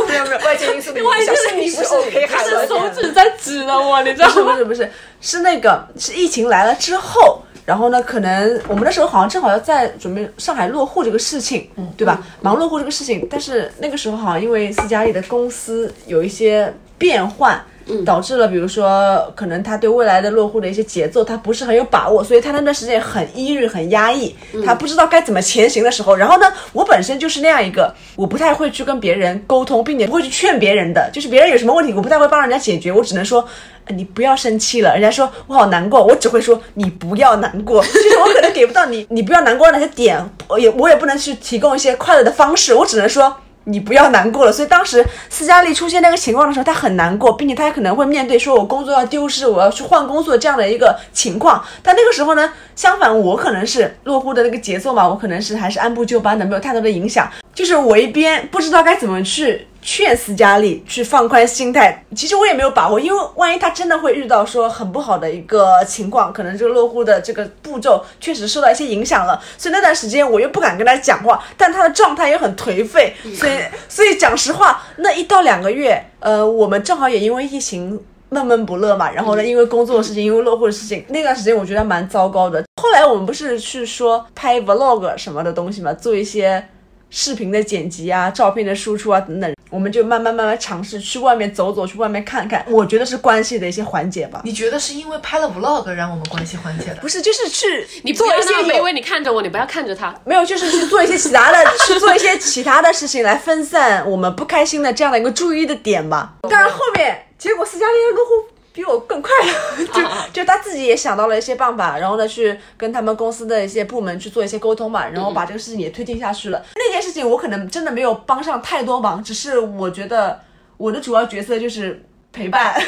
Speaker 4: 没有没有，外界因素的影
Speaker 7: 外
Speaker 4: 响，
Speaker 7: 就是你
Speaker 4: 是 OK 海
Speaker 7: 是
Speaker 4: 伦
Speaker 7: 手指在指了我，你知道
Speaker 6: 不是不
Speaker 7: 吗？
Speaker 6: 是不是，是那个是疫情来了之后，然后呢，可能我们那时候好像正好要在准备上海落户这个事情，
Speaker 7: 嗯
Speaker 6: 对吧？忙落户这个事情，但是那个时候好像因为斯嘉丽的公司有一些变换。
Speaker 7: 嗯
Speaker 6: 导致了，比如说，可能他对未来的落户的一些节奏，他不是很有把握，所以他那段时间很抑郁、很压抑，
Speaker 7: 嗯
Speaker 6: 他不知道该怎么前行的时候。然后呢，我本身就是那样一个，我不太会去跟别人沟通，并且不会去劝别人的，就是别人有什么问题，我不太会帮人家解决，我只能说。呃你不要生气了，人家说我好难过，我只会说你不要难过，就是我可能给不到你， [LAUGHS] 你不要难过的那些点，我也我也不能去提供一些快乐的方式，我只能说你不要难过了。所以当时斯嘉丽出现那个情况的时候，她很难过，并且她可能会面对说我工作要丢失，我要去换工作这样的一个情况。但那个时候呢，相反，我可能是落户的那个节奏嘛，我可能是还是按部就班的，没有太多的影响。就是我一边不知道该怎么去劝斯嘉丽去放宽心态，其实我也没有把握，因为万一她真的会遇到说很不好的一个情况，可能这个落户的这个步骤确实受到一些影响了，所以那段时间我又不敢跟她讲话，但她的状态又很颓废，所以所以讲实话，那一到两个月，呃，我们正好也因为疫情。闷闷不乐嘛，然后呢，因为工作的事情，因为落户的事情，那段时间我觉得蛮糟糕的。后来我们不是去说拍 vlog 什么的东西嘛，做一些视频的剪辑啊、照片的输出啊等等，我们就慢慢慢慢尝试去外面走走，去外面看看。我觉得是关系的一些缓解吧。
Speaker 4: 你觉得是因为拍了 vlog 让我们关系缓解的？
Speaker 6: 不是，就是去
Speaker 7: 你不
Speaker 6: 做
Speaker 7: 要
Speaker 6: 一
Speaker 7: 那么
Speaker 6: 些
Speaker 7: 卑
Speaker 6: 有
Speaker 7: 微，你看着我，你不要看着他。
Speaker 6: 没有，就是去做一些其他的，去做一些其他的事情来分散我们不开心的这样的一个注意的点 [LAUGHS] 吧。但是后面结果斯嘉丽落户比我更 [LAUGHS] 快了，就就他自己也想到了一些办法，然后呢去跟他们公司的一些部门去做一些沟通嘛，然后把这个事情也推进下去了。那件事情我可能真的没有帮上太多忙，只是我觉得我的主要角色就是陪伴。 [LAUGHS]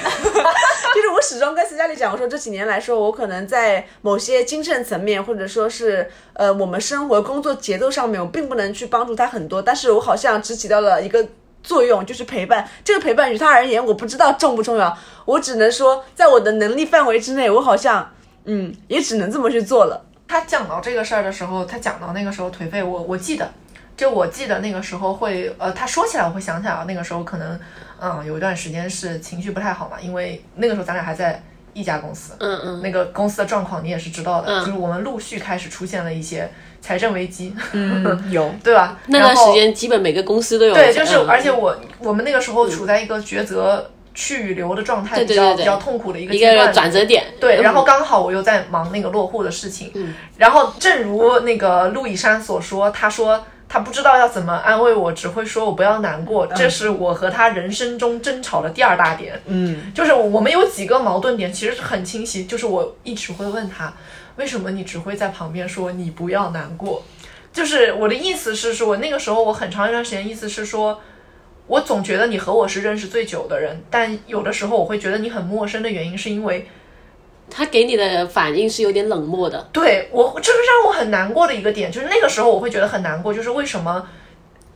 Speaker 6: 就是我始终跟斯嘉丽讲，我说这几年来说，我可能在某些精神层面，或者说是呃我们生活工作节奏上面，我并不能去帮助他很多，但是我好像只起到了一个作用，就是陪伴。这个陪伴于他而言，我不知道重不重要，我只能说在我的能力范围之内，我好像嗯也只能这么去做了。
Speaker 4: 他讲到这个事儿的时候，他讲到那个时候颓废，我我记得，就我记得那个时候会，呃，他说起来我会想起来啊，那个时候可能，嗯，有一段时间是情绪不太好嘛，因为那个时候咱俩还在一家公司，
Speaker 7: 嗯嗯，
Speaker 4: 那个公司的状况你也是知道的，就是我们陆续开始出现了一些财政危机，嗯，
Speaker 6: 有
Speaker 4: [LAUGHS] 对吧？
Speaker 7: 那段
Speaker 4: 然后
Speaker 7: 时间基本每个公司都有。
Speaker 4: 对，就是
Speaker 7: 嗯
Speaker 4: 而且我我们那个时候处在一个抉择去与留的状态，
Speaker 7: 对
Speaker 4: 比
Speaker 7: 对
Speaker 4: 较
Speaker 7: 对对
Speaker 4: 比较痛苦的一个
Speaker 7: 一
Speaker 4: 阶段
Speaker 7: 个转折点。
Speaker 4: 对，
Speaker 7: 嗯
Speaker 4: 然后刚好我又在忙那个落户的事情，然后正如那个陆以山所说，他说他不知道要怎么安慰我，只会说我不要难过，这是我和他人生中争吵的第二大点。嗯，就是我们有几个矛盾点，其实是很清晰，就是我一直会问他，为什么你只会在旁边说你不要难过？就是我的意思是说，那个时候我很长一段时间意思是说。我总觉得你和我是认识最久的人，但有的时候我会觉得你很陌生的原因，是因为
Speaker 7: 他给你的反应是有点冷漠的，
Speaker 4: 对我，这是让我很难过的一个点，就是那个时候我会觉得很难过，就是为什么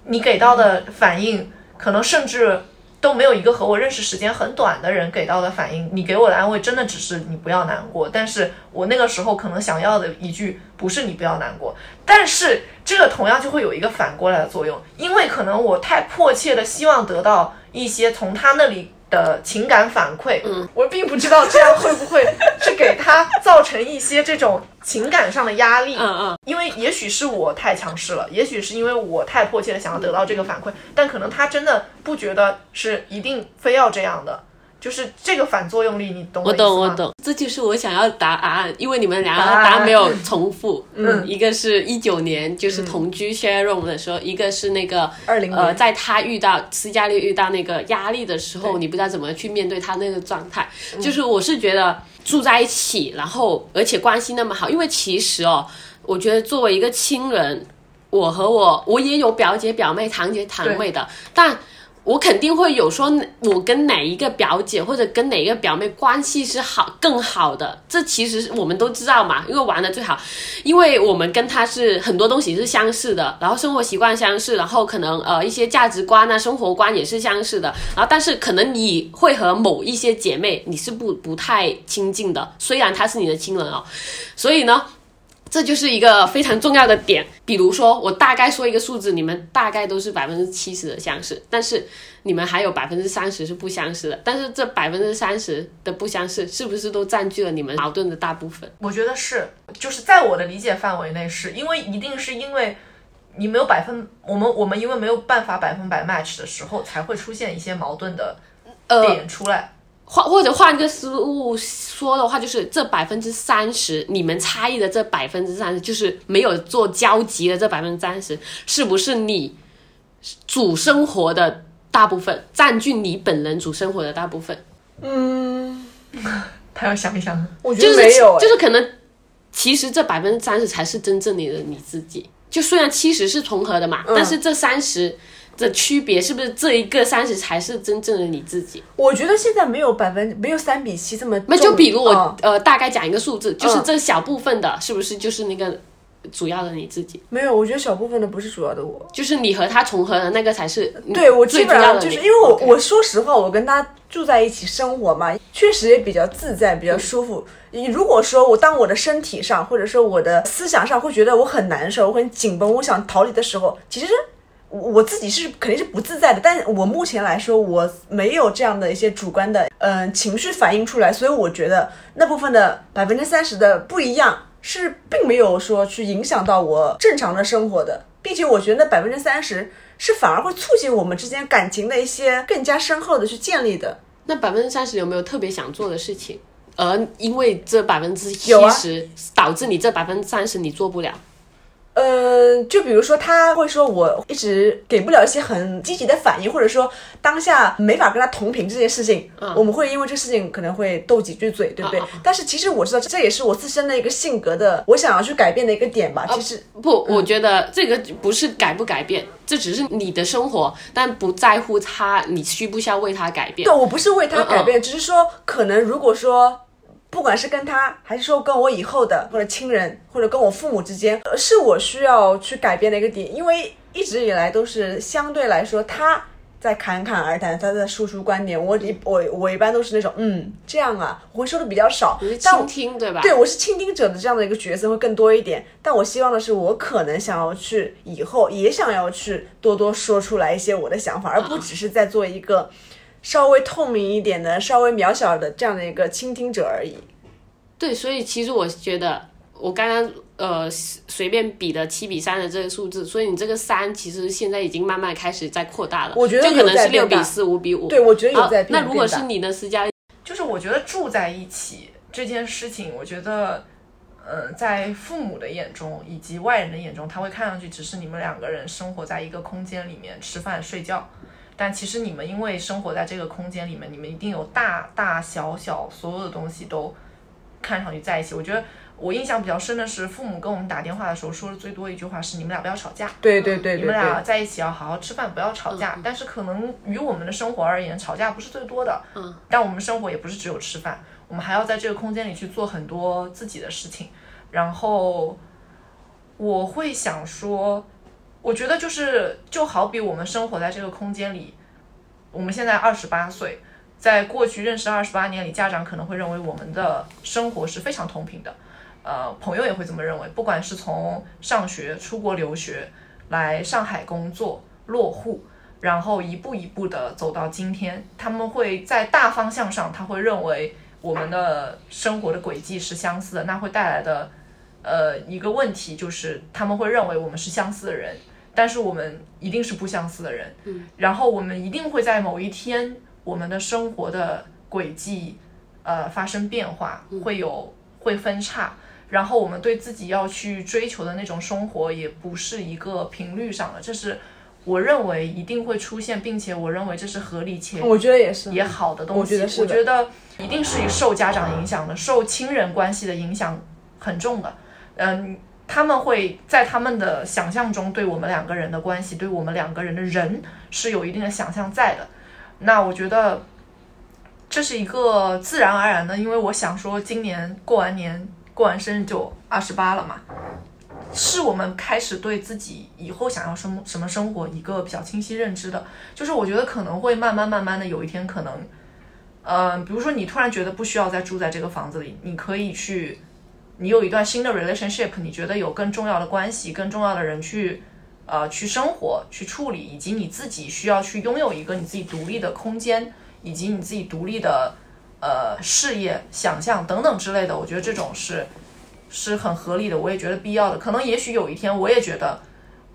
Speaker 4: 你给到的反应，可能甚至都没有一个和我认识时间很短的人给到的反应，你给我的安慰真的只是你不要难过，但是我那个时候可能想要的一句不是你不要难过，但是这个同样就会有一个反过来的作用，因为可能我太迫切的希望得到一些从他那里。的情感反馈，嗯，我并不知道这样会不会是给他造成一些这种情感上的压力，
Speaker 7: 嗯嗯，
Speaker 4: 因为也许是我太强势了，也许是因为我太迫切的想要得到这个反馈，但可能他真的不觉得是一定非要这样的，就是这个反作用力，你懂
Speaker 7: 我
Speaker 4: 意思吗？
Speaker 7: 懂我。懂，这就是我想要的答案，因为你们俩
Speaker 4: 答案
Speaker 7: 答案没有重复，嗯，一个是一九年就是同居 share room 的时
Speaker 4: 嗯
Speaker 7: 候，一个是那个
Speaker 6: 20年
Speaker 7: 呃，在他遇到斯嘉丽遇到那个压力的时候，你不知道怎么去面对他那个状态，
Speaker 4: 嗯
Speaker 7: 就是我是觉得住在一起，然后而且关系那么好，因为其实哦，我觉得作为一个亲人，我和我我也有表姐、表妹、堂姐、堂妹的，但我肯定会有说，我跟哪一个表姐或者跟哪一个表妹关系是好更好的，这其实我们都知道嘛，因为玩的最好，因为我们跟她是很多东西是相似的，然后生活习惯相似，然后可能呃一些价值观啊、生活观也是相似的，然后但是可能你会和某一些姐妹你是不不太亲近的，虽然她是你的亲人哦，所以呢。这就是一个非常重要的点。比如说，我大概说一个数字，你们大概都是百分之七十的相似，但是你们还有百分之三十是不相似的。但是这百分之三十的不相似，是不是都占据了你们矛盾的大部分？
Speaker 4: 我觉得是，就是在我的理解范围内是，因为一定是因为你没有百分，我们我们因为没有办法百分百 match 的时候，才会出现一些矛盾的
Speaker 7: 呃
Speaker 4: 点出来。
Speaker 7: 换或者换一个思路说的话，就是这百分之三十，你们差异的这百分之三十，就是没有做交集的这百分之三十，是不是你主生活的大部分占据你本人主生活的大部分？
Speaker 4: 他要想一想，
Speaker 6: [LAUGHS] 我觉
Speaker 7: 就
Speaker 6: 得
Speaker 7: 是
Speaker 6: 没有、哎
Speaker 7: 就是可能其实这百分之三十才是真正你的你自己。就虽然七十是重合的嘛，
Speaker 6: 嗯
Speaker 7: 但是这三十的区别是不是这一个三十才是真正的你自己？
Speaker 6: 我觉得现在没有百分没有三比七这么重。
Speaker 7: 那就比如我、
Speaker 6: 嗯
Speaker 7: 呃大概讲一个数字，就是
Speaker 6: 嗯
Speaker 7: 这小部分的，是不是就是那个主要的你自己？
Speaker 6: 没有，我觉得小部分的不是主要的我。
Speaker 7: 就是你和他重合的那个才是你
Speaker 6: 对我基
Speaker 7: 最主
Speaker 6: 本
Speaker 7: 要
Speaker 6: 上
Speaker 7: 的
Speaker 6: 就是
Speaker 7: 你
Speaker 6: 因为我
Speaker 7: OK
Speaker 6: 我说实话，我跟他住在一起生活嘛，确实也比较自在，比较舒服。你如果说我当我的身体上或者说我的思想上会觉得我很难受、我很紧绷，我想逃离的时候，其实我我自己是肯定是不自在的。但我目前来说，我没有这样的一些主观的嗯、呃情绪反应出来，所以我觉得那部分的百分之三十的不一样是并没有说去影响到我正常的生活的。并且我觉得百分之三十是反而会促进我们之间感情的一些更加深厚的去建立的。
Speaker 7: 那百分之三十有没有特别想做的事情？而因为这百分之七
Speaker 6: 有啊
Speaker 7: 十导致你这百分之三十你做不了，
Speaker 6: 嗯，就比如说他会说我一直给不了一些很积极的反应，或者说当下没法跟他同频这件事情，我们会因为这事情可能会斗几句嘴，对不对？
Speaker 7: 啊啊
Speaker 6: 但是其实我知道这也是我自身的一个性格的，我想要去改变的一个点吧。其实
Speaker 7: 不，我觉得这个不是改不改变，这只是你的生活，但不在乎他，你需不需要为他改变
Speaker 6: 对。我不是为他改变，只是说可能如果说。不管是跟他，还是说跟我以后的或者亲人，或者跟我父母之间，呃是我需要去改变的一个点，因为一直以来都是相对来说他在侃侃而谈，他在输出观点，我一我我一般都是那种嗯这样啊，我会说的比较少
Speaker 7: 你是，
Speaker 6: 但我
Speaker 7: 倾听对吧？
Speaker 6: 对，我是倾听者的这样的一个角色会更多一点，但我希望的是，我可能想要去以后也想要去多多说出来一些我的想法，而不只是在做一个稍微透明一点的、稍微渺小的这样的一个倾听者而已。
Speaker 7: 对，所以其实我觉得，我刚刚呃随便比的七比三的这个数字，所以你这个三其实现在已经慢慢开始在扩大了。
Speaker 6: 我觉得
Speaker 7: 就可
Speaker 6: 有
Speaker 7: 能
Speaker 6: 在
Speaker 7: 是六
Speaker 6: 变
Speaker 7: 比
Speaker 6: 大
Speaker 7: 四、五比五。
Speaker 6: 对，我觉得有
Speaker 7: 好
Speaker 6: 在变、
Speaker 7: 哦那如果
Speaker 6: 变
Speaker 7: 是
Speaker 6: 大
Speaker 7: 你的私家，
Speaker 4: 就是我觉得住在一起这件事情，我觉得，嗯、在父母的眼中以及外人的眼中，他会看上去只是你们两个人生活在一个空间里面吃饭睡觉，但其实你们因为生活在这个空间里面，你们一定有大大小小所有的东西都看上去在一起。我觉得我印象比较深的是，父母跟我们打电话的时候说的最多一句话是：“你们俩不要吵架。”
Speaker 6: 对对对
Speaker 4: 嗯你
Speaker 6: 对
Speaker 4: 们
Speaker 6: 对，
Speaker 4: 俩在一起要好好吃饭，不要吵架。但是可能于我们的生活而言，吵架不是最多的。嗯，但我们生活也不是只有吃饭，我们还要在这个空间里去做很多自己的事情。然后我会想说，我觉得就是就好比我们生活在这个空间里，我们现在二十八岁，在过去认识二十八年里，家长可能会认为我们的生活是非常同频的。呃，朋友也会这么认为，不管是从上学、出国留学，来上海工作落户，然后一步一步的走到今天。他们会在大方向上，他会认为我们的生活的轨迹是相似的，那会带来的呃一个问题就是他们会认为我们是相似的人，但是我们一定是不相似的人。嗯，然后我们一定会在某一天，我们的生活的轨迹呃发生变化，会有会分叉。然后我们对自己要去追求的那种生活也不是一个频率上的，这是我认为一定会出现，并且我认为这是合理且
Speaker 6: 我觉得也是
Speaker 4: 也好的东西。
Speaker 6: 我觉得是的
Speaker 4: 我觉得一定是受家长影响的，受亲人关系的影响很重的。嗯，他们会在他们的想象中对我们两个人的关系，对我们两个人的人是有一定的想象在的。那我觉得这是一个自然而然的，因为我想说，今年过完年、过完生日就二十八了嘛，是我们开始对自己以后想要生什么生活一个比较清晰认知的。就是我觉得可能会慢慢慢慢的有一天可能。呃，比如说你突然觉得不需要再住在这个房子里，你可以去，你有一段新的 relationship，你觉得有更重要的关系、更重要的人去，呃，去生活、去处理，以及你自己需要去拥有一个你自己独立的空间，以及你自己独立的呃事业、想象等等之类的。我觉得这种是是很合理的，我也觉得必要的。可能也许有一天，我也觉得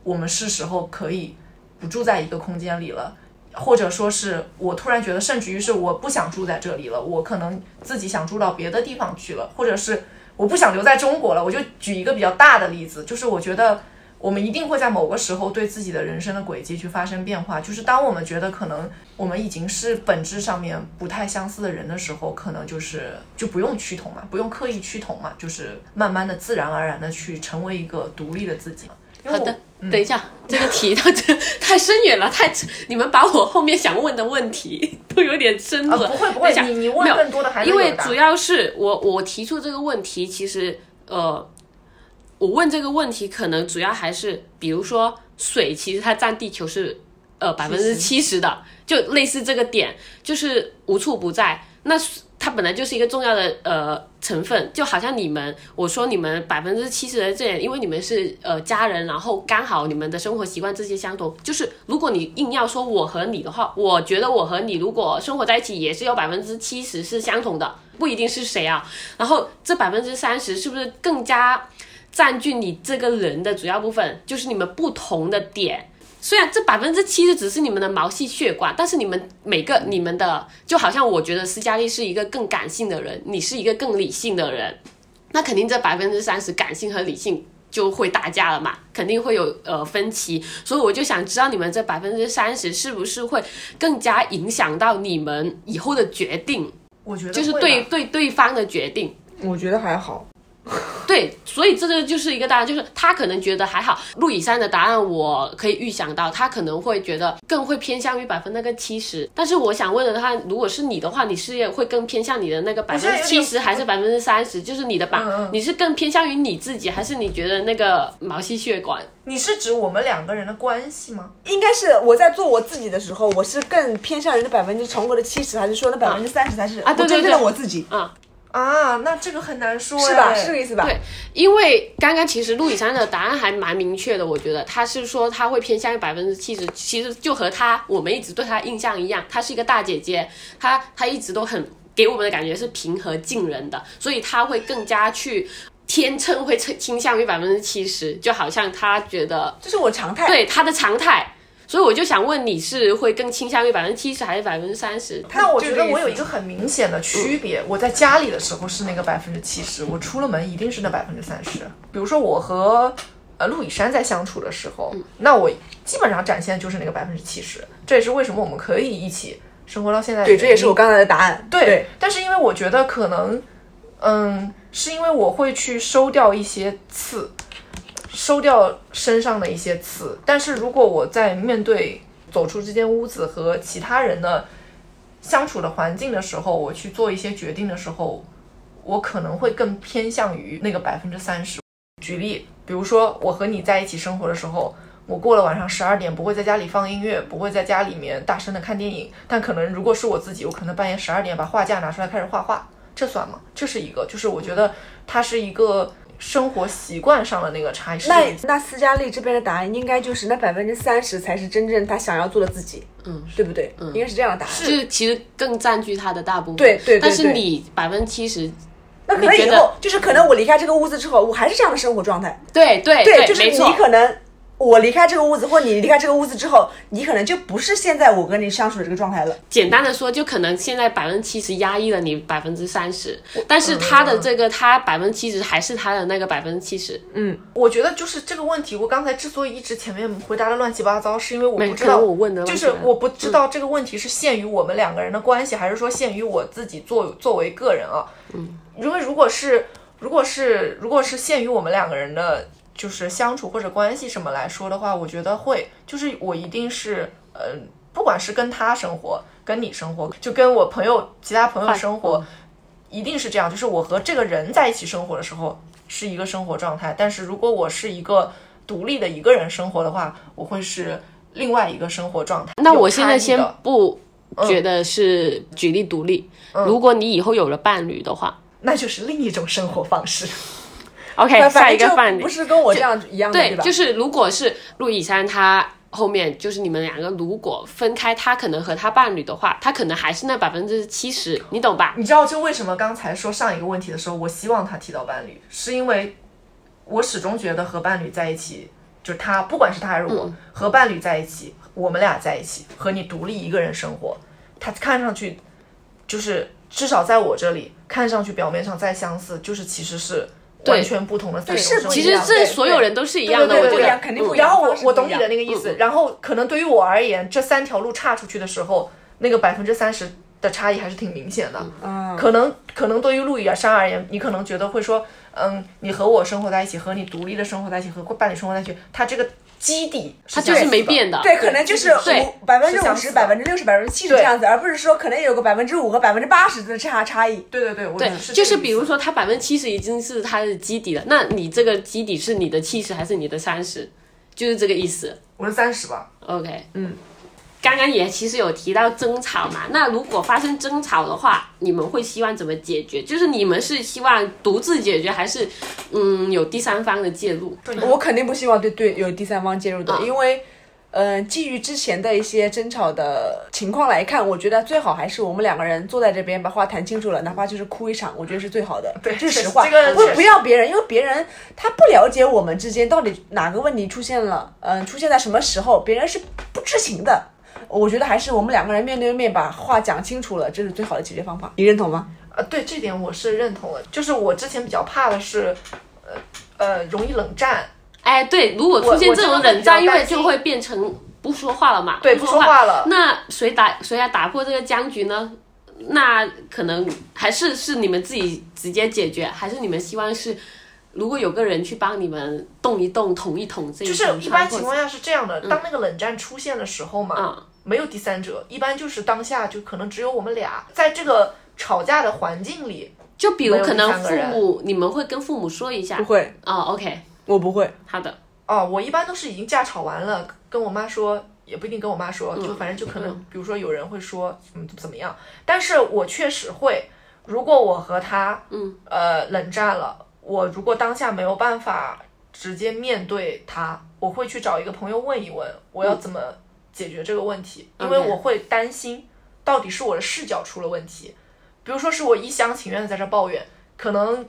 Speaker 4: 我们是时候可以不住在一个空间里了。或者说是我突然觉得，甚至于是我不想住在这里了，我可能自己想住到别的地方去了，或者是我不想留在中国了。我就举一个比较大的例子，就是我觉得我们一定会在某个时候对自己的人生的轨迹去发生变化。就是当我们觉得可能我们已经是本质上面不太相似的人的时候，可能就是就不用趋同嘛，不用刻意趋同嘛，就是慢慢的、自然而然的去成为一个独立的自己嘛。因为
Speaker 7: 好
Speaker 4: 我
Speaker 7: 的，
Speaker 6: 嗯
Speaker 7: 等一下，这个题到这太深远了， [LAUGHS] 太你们把我后面想问的问题 [LAUGHS] 都有点深入了。
Speaker 4: 啊不会不会
Speaker 7: 等一下
Speaker 4: 你你问
Speaker 7: 没有
Speaker 4: 更多的还能
Speaker 7: 因为
Speaker 4: 有答
Speaker 7: 主要是我我提出这个问题，其实呃，我问这个问题可能主要还是比如说水，其实它占地球是呃百分之七十的，就类似这个点，就是无处不在。那它本来就是一个重要的呃成分，就好像你们，我说你们百分之七十的这点，因为你们是呃家人，然后刚好你们的生活习惯这些相同，就是如果你硬要说我和你的话，我觉得我和你如果生活在一起，也是有百分之七十是相同的，不一定是谁啊。然后这百分之三十是不是更加占据你这个人的主要部分，就是你们不同的点。虽然这百分之七十只是你们的毛细血管，但是你们每个你们的，就好像我觉得斯嘉丽是一个更感性的人，你是一个更理性的人，那肯定这百分之三十感性和理性就会打架了嘛，肯定会有呃分歧，所以我就想知道你们这百分之三十是不是会更加影响到你们以后的决定，
Speaker 4: 我觉得
Speaker 7: 就是
Speaker 4: 会
Speaker 7: 对
Speaker 4: 吧
Speaker 7: 对对方的决定。
Speaker 2: 我觉得还好。
Speaker 7: 对，所以这个就是一个答案，就是他可能觉得还好。陆以山的答案我可以预想到，他可能会觉得更会偏向于百分那个七十。但是我想问的他，如果是你的话，你是会更偏向你的那个百
Speaker 4: 现
Speaker 7: 分
Speaker 4: 在
Speaker 7: 之
Speaker 4: 有点
Speaker 7: 七十还是百分之三十？就是你的榜，
Speaker 4: 嗯嗯
Speaker 7: 你是更偏向于你自己，还是你觉得那个毛细血管？
Speaker 4: 你是指我们两个人的关系吗？
Speaker 9: 应该是我在做我自己的时候，我是更偏向于那百分之重合的七十，还是说那百分之三十才是
Speaker 7: 啊对
Speaker 9: 我
Speaker 7: 对
Speaker 9: 真正
Speaker 7: 对
Speaker 9: 的我自己，
Speaker 4: 啊，那这个很难说，哎
Speaker 9: 是吧？是这个意思吧？
Speaker 7: 对因为刚刚其实陆以山的答案还蛮明确的，我觉得他是说他会偏向于百分之七十，其实就和他我们一直对他印象一样，她是一个大姐姐，她她一直都很给我们的感觉是平和近人的，所以她会更加去天秤会倾倾向于百分之七十， [LAUGHS] 就好像她觉得
Speaker 9: 这是我常态。
Speaker 7: 对她的常态。所以我就想问，你是会更倾向于百分之七十还是百分之三十？
Speaker 4: 那我觉得我有一个很明显的
Speaker 9: 嗯
Speaker 4: 区别，我在家里的时候是那个百分之七十，我出了门一定是那百分之三十。比如说我和呃陆以山在相处的时候，
Speaker 9: 嗯
Speaker 4: 那我基本上展现就是那个百分之七十，这也是为什么我们可以一起生活到现在的
Speaker 9: 对，
Speaker 4: 原因。
Speaker 9: 这也是我刚才的答案。
Speaker 4: 对，但是因为我觉得可能，嗯，是因为我会去收掉一些刺，收掉身上的一些刺。但是如果我在面对走出这间屋子和其他人的相处的环境的时候，我去做一些决定的时候，我可能会更偏向于那个百分之三十。举例，比如说我和你在一起生活的时候，我过了晚上十二点不会在家里放音乐，不会在家里面大声的看电影，但可能如果是我自己，我可能半夜十二点把画架拿出来开始画画，这算吗？这是一个，就是我觉得它是一个生活习惯上的那个差异。是
Speaker 9: 那
Speaker 4: 这个意思
Speaker 9: 那斯嘉丽这边的答案应该就是那百分之三十才是真正她想要做的自己，嗯，对不对？应该是这样的答案。
Speaker 7: 就是其实更占据他的大部分。
Speaker 9: 对对对
Speaker 7: 但是
Speaker 9: 对
Speaker 7: 你百分之七十，
Speaker 9: 那可能
Speaker 7: 你觉
Speaker 9: 以
Speaker 7: 得
Speaker 9: 后就是可能我离开这个屋子之后，我还是这样的生活状态。
Speaker 7: 对对
Speaker 9: 对，就是
Speaker 7: 没错
Speaker 9: 你可能我离开这个屋子，或你离开这个屋子之后，你可能就不是现在我跟你相处的这个状态了。
Speaker 7: 简单的说，就可能现在百分之七十压抑了你百分之三十，但是他
Speaker 4: 嗯
Speaker 7: 的这个他百分之七十还是他的那个百分之七十，
Speaker 4: 我觉得就是这个问题，我刚才之所以一直前面回答的乱七八糟，是因为我
Speaker 7: 没
Speaker 4: 不知道
Speaker 7: 可能我问的问
Speaker 4: 就
Speaker 7: 题啊嗯
Speaker 4: 是
Speaker 7: 吧
Speaker 4: 我不知道这个问题是限于我们两个人的关系，还是说限于我自己作作为个人啊？嗯，因为如果是如果是如果是限于我们两个人的，就是相处或者关系什么来说的话，我觉得会，就是我一定是呃，不管是跟他生活，跟你生活，就跟我朋友其他朋友生活，
Speaker 7: 嗯
Speaker 4: 一定是这样，就是我和这个人在一起生活的时候是一个生活状态，但是如果我是一个独立的一个人生活的话，我会是另外一个生活状态。
Speaker 7: 那
Speaker 4: 有
Speaker 7: 我现
Speaker 4: 差
Speaker 7: 在
Speaker 4: 异
Speaker 7: 先
Speaker 4: 的嗯
Speaker 7: 不觉得是举例独立，如果你以后有了伴侣的话
Speaker 4: 嗯那就是另一种生活方式。
Speaker 7: [LAUGHS] ，OK，
Speaker 9: 反
Speaker 7: 下一个
Speaker 9: 正就
Speaker 7: 伴侣
Speaker 9: 不是跟我这样一样的，
Speaker 7: 对
Speaker 9: 吧？
Speaker 7: 就是如果是陆以山他。后面就是你们两个如果分开，他可能和他伴侣的话，他可能还是那百分之七十，你懂吧？
Speaker 4: 你知道，就为什么刚才说上一个问题的时候，我希望他提到伴侣，是因为我始终觉得和伴侣在一起，就是他，不管是他还是我，和伴侣在一起，我们俩在一起，和你独立一个人生活，他看上去就是至少在我这里看上去表面上再相似，就是其实是完全不同的三种生活
Speaker 7: 其实
Speaker 4: 样
Speaker 7: 这
Speaker 4: 对
Speaker 7: 所有人都是一样的，
Speaker 4: 对
Speaker 7: 我
Speaker 4: 对
Speaker 7: 觉
Speaker 4: 对，嗯
Speaker 7: 得
Speaker 9: 肯定不一
Speaker 4: 然
Speaker 9: 样
Speaker 4: 后我
Speaker 9: 方式
Speaker 4: 我
Speaker 9: 不一
Speaker 4: 懂你
Speaker 9: 样
Speaker 4: 的那个意思，然后可能对于我而言，这三条路岔出去的时候，那个百分之三十的差异还是挺明显的。嗯，可能可能对于陆以山而言，你可能觉得会说，嗯，你和我生活在一起，和你独立的生活在一起，和伴侣生活在一起，他这个基底
Speaker 7: 他就是没变
Speaker 4: 的。
Speaker 7: 的。
Speaker 9: 对，可能就是
Speaker 7: 对
Speaker 9: 五百分之
Speaker 4: 相
Speaker 9: 五十、
Speaker 4: 似的
Speaker 9: 百分之六十、百分之七十这样子，而不是说可能有个百分之五和百分之八十的差差异。
Speaker 4: 对对对，我
Speaker 7: 对
Speaker 4: 觉得，是
Speaker 7: 就
Speaker 4: 这
Speaker 7: 是
Speaker 4: 个
Speaker 7: 比
Speaker 4: 意思
Speaker 7: 如说，他百分之七十已经是他的基底了，那你这个基底是你的七十还是你的三十？就是这个意思。
Speaker 4: 我是三十吧，
Speaker 7: OK，嗯，刚刚也其实有提到争吵嘛，那如果发生争吵的话，你们会希望怎么解决？就是你们是希望独自解决，还是嗯有第三方的介入？
Speaker 4: 啊
Speaker 9: 我肯定不希望对对有第三方介入的，因为。
Speaker 6: 呃，基于之前的一些争吵的情况来看，我觉得最好还是我们两个人坐在这边把话谈清楚了，哪怕就是哭一场，我觉得是最好的。
Speaker 4: 对
Speaker 6: 这
Speaker 4: 确
Speaker 6: 是
Speaker 4: 实
Speaker 6: 实话。
Speaker 4: 这个确
Speaker 6: 不
Speaker 4: 实
Speaker 6: 不要别人，因为别人他不了解我们之间到底哪个问题出现了，嗯、出现在什么时候，别人是不知情的。我觉得还是我们两个人面对面把话讲清楚了，这是最好的解决方法。你认同吗？
Speaker 4: 呃，对这点我是认同的。就是我之前比较怕的是，呃呃，容易冷战。
Speaker 7: 哎，对，如果出现
Speaker 4: 我
Speaker 7: 这
Speaker 4: 真的
Speaker 7: 种
Speaker 4: 会
Speaker 7: 冷
Speaker 4: 比较
Speaker 7: 战，因为
Speaker 4: 担心
Speaker 7: 就会变成不说话了嘛。
Speaker 4: 对不说话嗯了
Speaker 7: 那谁打谁来打破这个僵局呢？那可能还是是你们自己直接解决，还是你们希望是如果有个人去帮你们动一动、捅一捅这一
Speaker 4: 就是
Speaker 7: 种
Speaker 4: 一般
Speaker 7: 伤口
Speaker 4: 情况下是这样的，当那个冷战出现的时候嘛，
Speaker 7: 嗯
Speaker 4: 没有第三者，一般就是当下就可能只有我们俩在这个吵架的环境里。
Speaker 7: 就比如可
Speaker 4: 没
Speaker 7: 能
Speaker 4: 有第
Speaker 7: 父
Speaker 4: 三个
Speaker 7: 母，你们会跟父母说一下。
Speaker 6: 不会，
Speaker 7: 哦，OK，
Speaker 6: 我不会。
Speaker 7: 好的，
Speaker 4: 哦，我一般都是已经架吵完了，跟我妈说，也不一定跟我妈说，就反正就可能，比如说有人会说，嗯，怎么样？但是我确实会，如果我和他，嗯，呃，冷战了，我如果当下没有办法直接面对他，我会去找一个朋友问一问，我要怎么解决这个问题，因为
Speaker 7: OK
Speaker 4: 我会担心到底是我的视角出了问题，比如说是我一厢情愿的在这抱怨，可能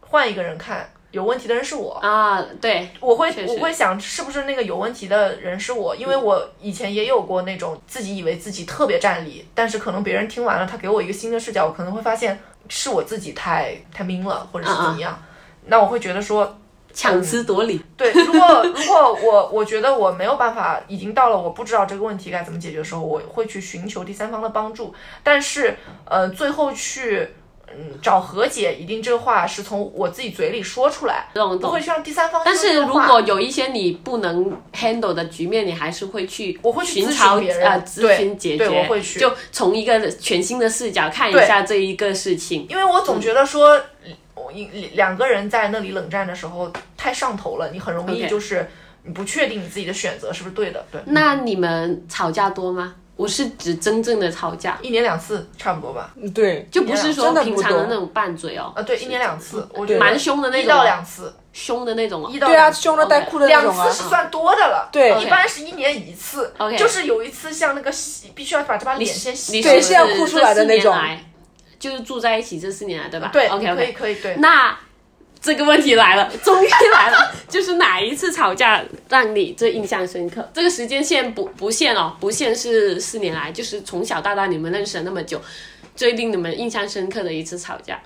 Speaker 4: 换一个人看。有问题的人是我
Speaker 7: 啊，对，
Speaker 4: 我会
Speaker 7: 确实嗯
Speaker 4: 我会想是不是那个有问题的人是我，因为我以前也有过那种自己以为自己特别站理，但是可能别人听完了，他给我一个新的视角，我可能会发现是我自己太太明了，或者
Speaker 7: 嗯
Speaker 4: 是怎么样。那我会觉得说，
Speaker 7: 强词夺理。
Speaker 4: 对，如果 [LAUGHS] 如果我我觉得我没有办法，已经到了我不知道这个问题该怎么解决的时候，我会去寻求第三方的帮助。但是呃，最后去嗯找和解，一定这话是从我自己嘴里说出来，
Speaker 7: 懂
Speaker 4: 不
Speaker 7: 懂
Speaker 4: 会去让第三方说
Speaker 7: 但
Speaker 4: 这
Speaker 7: 是
Speaker 4: 个
Speaker 7: 如
Speaker 4: 话
Speaker 7: 果有一些你不能 handle 的局面，你还是会去
Speaker 4: 我会去
Speaker 7: 寻
Speaker 4: 咨询
Speaker 7: 找
Speaker 4: 别人
Speaker 7: 呃咨
Speaker 4: 对
Speaker 7: 询解决，
Speaker 4: 对我会去
Speaker 7: 就从一个全新的视角看一
Speaker 4: 对
Speaker 7: 下这一个事情。
Speaker 4: 因为我总
Speaker 7: 嗯
Speaker 4: 觉得说，我一两个人在那里冷战的时候太上头了，你很容易
Speaker 7: OK
Speaker 4: 就是你不确定你自己的选择是不是对的。对，
Speaker 7: 那你们吵架多吗？我是指真正的吵架，
Speaker 4: 一年两次差不多吧。
Speaker 10: 嗯对，
Speaker 7: 就不是说
Speaker 10: 真的
Speaker 7: 平
Speaker 10: 不
Speaker 7: 常的
Speaker 10: 多
Speaker 7: 那种拌嘴哦。
Speaker 4: 啊，对，一年两次，我觉得
Speaker 7: 蛮凶的那
Speaker 4: 一
Speaker 7: 种
Speaker 4: 到
Speaker 7: 啊
Speaker 4: 两次，
Speaker 7: 凶的那种哦
Speaker 4: 一。
Speaker 6: 嗯
Speaker 4: 到
Speaker 6: 对啊，
Speaker 4: 两次
Speaker 6: 凶的带哭的那
Speaker 4: 两
Speaker 6: 种啊
Speaker 4: 次。是算多的了，
Speaker 6: 对
Speaker 4: 一般是一年一次 [LAUGHS]
Speaker 7: OK
Speaker 4: 就是有一次像那个洗必须要把这把
Speaker 7: 你
Speaker 4: 脸先洗
Speaker 7: 你
Speaker 4: 掉
Speaker 6: 对
Speaker 7: 不
Speaker 6: 是要哭出来的那
Speaker 7: 这四
Speaker 6: 种
Speaker 7: 年来就是住在一起这四年来，对吧？
Speaker 4: 对
Speaker 7: ，OK
Speaker 4: 你可以
Speaker 7: OK。
Speaker 4: 可以对，
Speaker 6: 嗯
Speaker 7: 那这个问题来了， [LAUGHS] 终于来了，就是哪一次吵架让你最印象深刻？这个时间线不不限哦，不限是四年来，就是从小到大你们认识了那么久，最令你们印象深刻的一次吵架，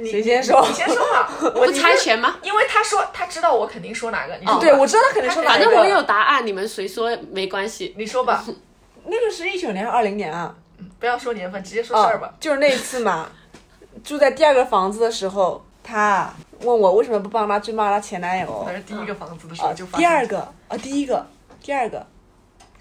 Speaker 4: 你
Speaker 6: 谁先说
Speaker 4: 你先说
Speaker 6: [LAUGHS]
Speaker 4: 吧，我
Speaker 7: 不猜，哦拳吗？
Speaker 4: 你因为他说他知道我肯定说哪个，你说
Speaker 6: 对，
Speaker 4: 吧
Speaker 6: 我知道他肯定说哪
Speaker 7: 反
Speaker 6: 个。
Speaker 7: 正我有答案，你们谁说没关系。
Speaker 4: 你说吧，
Speaker 6: 那个是一九年还是二零年啊？
Speaker 4: 不要说年份，直接说
Speaker 6: 啊，
Speaker 4: 事儿吧。
Speaker 6: 就是那一次嘛， [LAUGHS] 住在第二个房子的时候，他问我为什么不帮他去骂他前男友
Speaker 4: 反。正第一个房子的时
Speaker 6: 啊
Speaker 4: 候就，发
Speaker 6: 第
Speaker 4: 现
Speaker 6: 二个啊，第一个，第二个，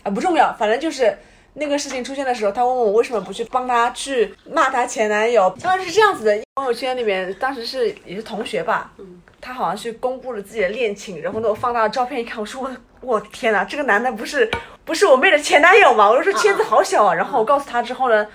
Speaker 6: 啊不重要，反正就是那个事情出现的时候，他问我为什么不去帮他去骂他前男友。当时是这样子的，朋友圈里面当时是也是同学吧，他好像是公布了自己的恋情，然后呢我放大照片一看，我说我我天哪，这个男的不是不是我妹的前男友吗？我说这圈子好小啊。然后我告诉他之后呢，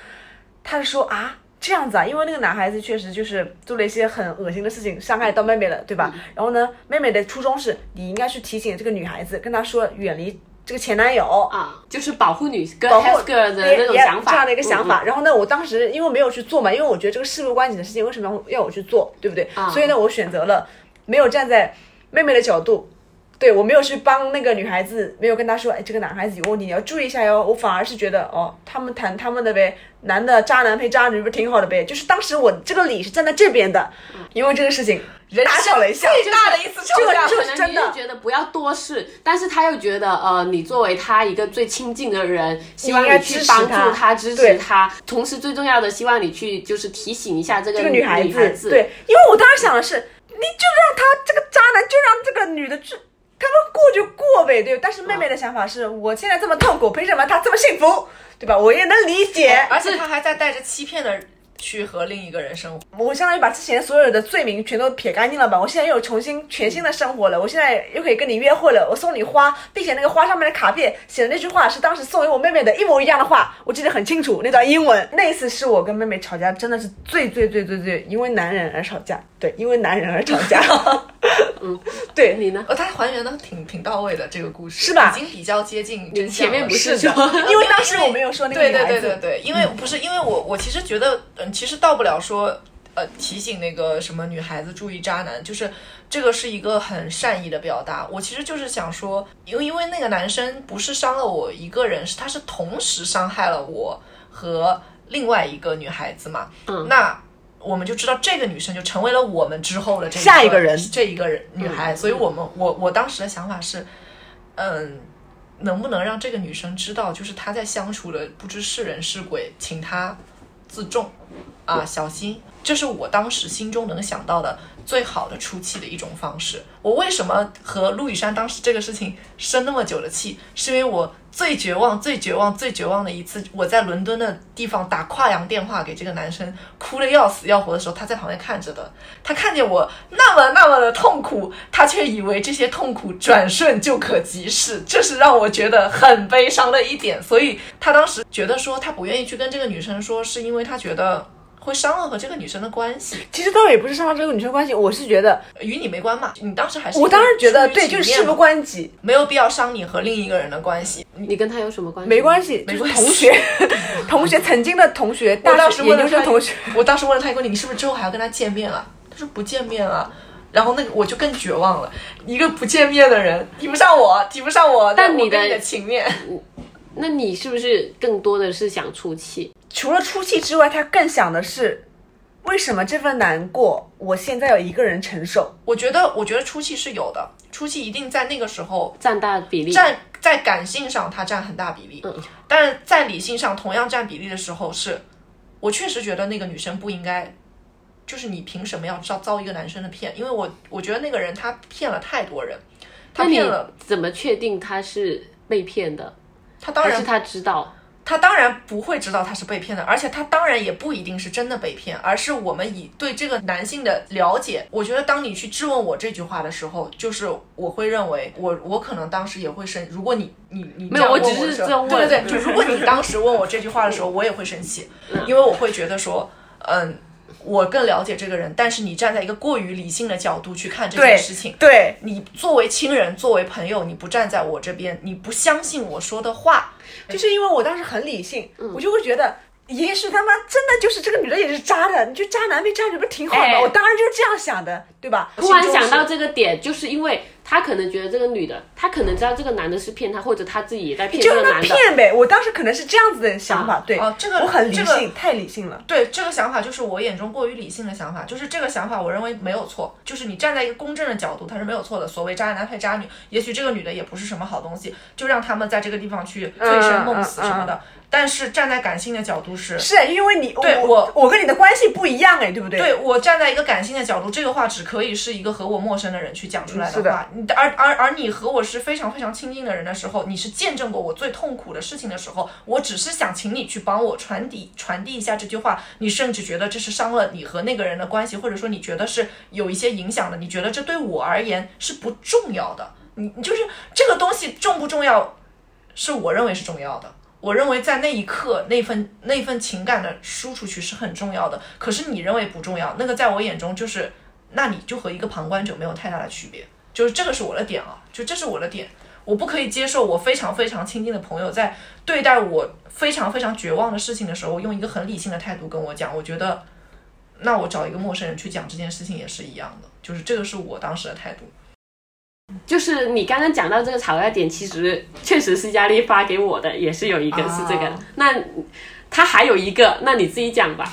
Speaker 6: 他就说啊。这样子啊，因为那个男孩子确实就是做了一些很恶心的事情，伤害到妹妹了，对吧？然后呢，妹妹的初衷是你应该去提醒这个女孩子，跟她说远离这个前男友
Speaker 7: 啊，就是保护女 girl
Speaker 6: 保护
Speaker 7: has girl 的那种想法，
Speaker 6: 这样的一个想
Speaker 7: 嗯。
Speaker 6: 法。然后呢，我当时因为没有去做嘛，因为我觉得这个事不关己的事情，为什么要我去做，对不对？
Speaker 7: 啊
Speaker 6: 所以呢，我选择了没有站在妹妹的角度。对，我没有去帮那个女孩子，没有跟她说，哎，这个男孩子有问题，你要注意一下哟。我反而是觉得，哦，他们谈他们的呗，男的渣男配渣女不是挺好的呗？就是当时我这个理是站在这边的，因为这个事情大吵了一
Speaker 7: [LAUGHS]
Speaker 6: 下，
Speaker 4: 最大的一次吵
Speaker 6: 这
Speaker 4: 架
Speaker 6: 个，这
Speaker 7: 嗯可
Speaker 6: 个
Speaker 7: 能
Speaker 6: 真
Speaker 7: 你
Speaker 6: 的
Speaker 7: 又觉得不要多事，但是他又觉得，呃，你作为他一个最亲近的人，希望
Speaker 6: 应该
Speaker 7: 你去
Speaker 6: 支持
Speaker 7: 帮助
Speaker 6: 他
Speaker 7: 他、支持
Speaker 6: 对
Speaker 7: 他，同时最重要的，希望你去就是提醒一下这个
Speaker 6: 这个女孩
Speaker 7: 女
Speaker 6: 子，
Speaker 7: 孩子，
Speaker 6: 对，因为我当时想的是，你就让他这个渣男，就让这个女的去，他们过就过呗，对。但是妹妹的想法是，我现在这么痛苦，凭什么他这么幸福，对吧？我也能理
Speaker 7: 哦
Speaker 6: 解。
Speaker 4: 而且他还在带着欺骗的去和另一个人生活。
Speaker 6: 我相当于把之前所有的罪名全都撇干净了吧？我现在又有重新全新的生活了，我现在又可以跟你约会了，我送你花，并且那个花上面的卡片写的那句话是当时送给我妹妹的一模一样的话，我记得很清楚那段英文。那一次是我跟妹妹吵架，真的是最最最最最因为男人而吵架，对，因为男人而吵架。对
Speaker 7: 你呢？
Speaker 4: 呃，他还原的挺挺到位的这个故事，
Speaker 6: 是吧
Speaker 4: 已经比较接近真相
Speaker 7: 前
Speaker 4: 了。
Speaker 7: 面不
Speaker 6: 是
Speaker 7: 说
Speaker 6: 的， [LAUGHS] 因为当时我们有说那个
Speaker 4: 对
Speaker 6: 女
Speaker 4: 对
Speaker 6: 孩
Speaker 4: 对
Speaker 6: 子嗯
Speaker 4: 对对，因为不是因为我我其实觉得，嗯，其实到不了说。呃，提醒那个什么女孩子注意渣男，就是这个是一个很善意的表达。我其实就是想说，因为因为那个男生不是伤了我一个人，是他是同时伤害了我和另外一个女孩子嘛。嗯，那我们就知道这个女生就成为了我们之后的这
Speaker 6: 下一个人
Speaker 4: 这一个人女孩。所以我们我我当时的想法是，嗯，能不能让这个女生知道，就是她在相处的不知是人是鬼，请她自重啊，小心。这是我当时心中能想到的最好的出气的一种方式。我为什么和陆雨山当时这个事情生那么久的气，是因为我最绝望、最绝望、最绝望的一次，我在伦敦的地方打跨洋电话给这个男生，哭得要死要活的时候，他在旁边看着的。他看见我那么那么的痛苦，他却以为这些痛苦转瞬就可即逝，这是让我觉得很悲伤的一点。所以他当时觉得说他不愿意去跟这个女生说，是因为他觉得会伤了和这个女生的关系，
Speaker 6: 其实倒也不是伤到这个女生关系，我是觉得，
Speaker 4: 与你没关嘛。你当时还是
Speaker 6: 我当时觉得
Speaker 4: 出于
Speaker 6: 对，就是
Speaker 4: 情面
Speaker 6: 事不
Speaker 4: 嘛
Speaker 6: 关己，
Speaker 4: 没有必要伤你和另一个人的关系。
Speaker 7: 你跟他有什么关系？
Speaker 6: 没关系，就是同学，同学曾经的同学，
Speaker 4: 我
Speaker 6: 大
Speaker 4: 当时
Speaker 6: 学研
Speaker 4: 问了
Speaker 6: 究
Speaker 4: 他
Speaker 6: 生同学，，
Speaker 4: 我当时问了他一个问题，你是不是之后还要跟他见面啊？他说不见面啊。然后那个我就更绝望了，一个不见面的人提不上我，提不上我，
Speaker 7: 但
Speaker 4: 我
Speaker 7: 你的
Speaker 4: 跟你的情面， [LAUGHS]
Speaker 7: 那你是不是更多的是想出气？
Speaker 6: 除了出气之外，他更想的是，为什么这份难过我现在要一个人承受？
Speaker 4: 我觉得我觉得出气是有的，出气一定在那个时候
Speaker 7: 占大比例？
Speaker 4: 占在感性上它占很大比例，
Speaker 7: 嗯
Speaker 4: 但是在理性上同样占比例的时候是，我确实觉得那个女生不应该，就是你凭什么要遭遭一个男生的骗？因为我我觉得那个人他骗了太多人，他
Speaker 7: 那你
Speaker 4: 骗了，
Speaker 7: 怎么确定他是被骗的？
Speaker 4: 他当
Speaker 7: 还
Speaker 4: 然
Speaker 7: 是他知道？
Speaker 4: 他当然不会知道他是被骗的，而且他当然也不一定是真的被骗，而是我们以对这个男性的了解。我觉得当你去质问我这句话的时候，就是我会认为我我可能当时也会生，如果你你你
Speaker 7: 没
Speaker 4: 这
Speaker 7: 有
Speaker 4: 样
Speaker 7: 我
Speaker 4: 问
Speaker 7: 只
Speaker 4: 的
Speaker 7: 是
Speaker 4: 时候
Speaker 7: 在问嗯
Speaker 4: 对对对，就如果你当时问我这句话的时候，我也会生气，因为我会觉得说，嗯。我更了解这个人，但是你站在一个过于理性的角度去看这件事情，
Speaker 6: 对，
Speaker 4: 你作为亲人、作为朋友，你不站在我这边，你不相信我说的话，
Speaker 6: 就是因为我当时很理性，
Speaker 4: 嗯
Speaker 6: 我就会觉得。也许他妈真的就是这个女的也是渣的，你就渣男被渣女不是挺好的吗？
Speaker 7: 哎
Speaker 6: 我当然就是这样想的，对吧？
Speaker 7: 突然想到这个点，就是因为他可能觉得这个女的，他可能知道这个男的是骗他，或者他自己也在骗
Speaker 6: 就让
Speaker 7: 这个
Speaker 6: 他
Speaker 7: 男的。
Speaker 6: 骗呗。我当时可能是这样子的想法，对，
Speaker 4: 哦这个
Speaker 6: 我很理性，
Speaker 4: 这个
Speaker 6: 太理性了。
Speaker 4: 对这个想法，就是我眼中过于理性的想法，就是这个想法，我认为没有错，就是你站在一个公正的角度，它是没有错的。所谓渣男配渣女，也许这个女的也不是什么好东西，就让他们在这个地方去醉生梦死什么的。但是站在感性的角度是，
Speaker 6: 是因为你
Speaker 4: 对
Speaker 6: 我
Speaker 4: 我
Speaker 6: 我跟你的关系不一样哎，对不对？
Speaker 4: 对我站在一个感性的角度，这个话只可以是一个和我陌生的人去讲出来
Speaker 6: 是的
Speaker 4: 话。你的而而而你和我是非常非常亲近的人的时候，你是见证过我最痛苦的事情的时候，我只是想请你去帮我传递传递一下这句话。你甚至觉得这是伤了你和那个人的关系，或者说你觉得是有一些影响的，你觉得这对我而言是不重要的。你你就是这个东西重不重要，是我认为是重要的。我认为在那一刻，那份那份情感的输出去是很重要的。可是你认为不重要，那个在我眼中就是，那你就和一个旁观者没有太大的区别。就是这个是我的点啊，就这是我的点，我不可以接受我非常非常亲近的朋友在对待我非常非常绝望的事情的时候，用一个很理性的态度跟我讲。我觉得，那我找一个陌生人去讲这件事情也是一样的，就是这个是我当时的态度。
Speaker 7: 就是你刚刚讲到这个吵架点，其实确实是压力发给我的，也是有一个是这个。
Speaker 4: 啊
Speaker 7: 那他还有一个，那你自己讲吧。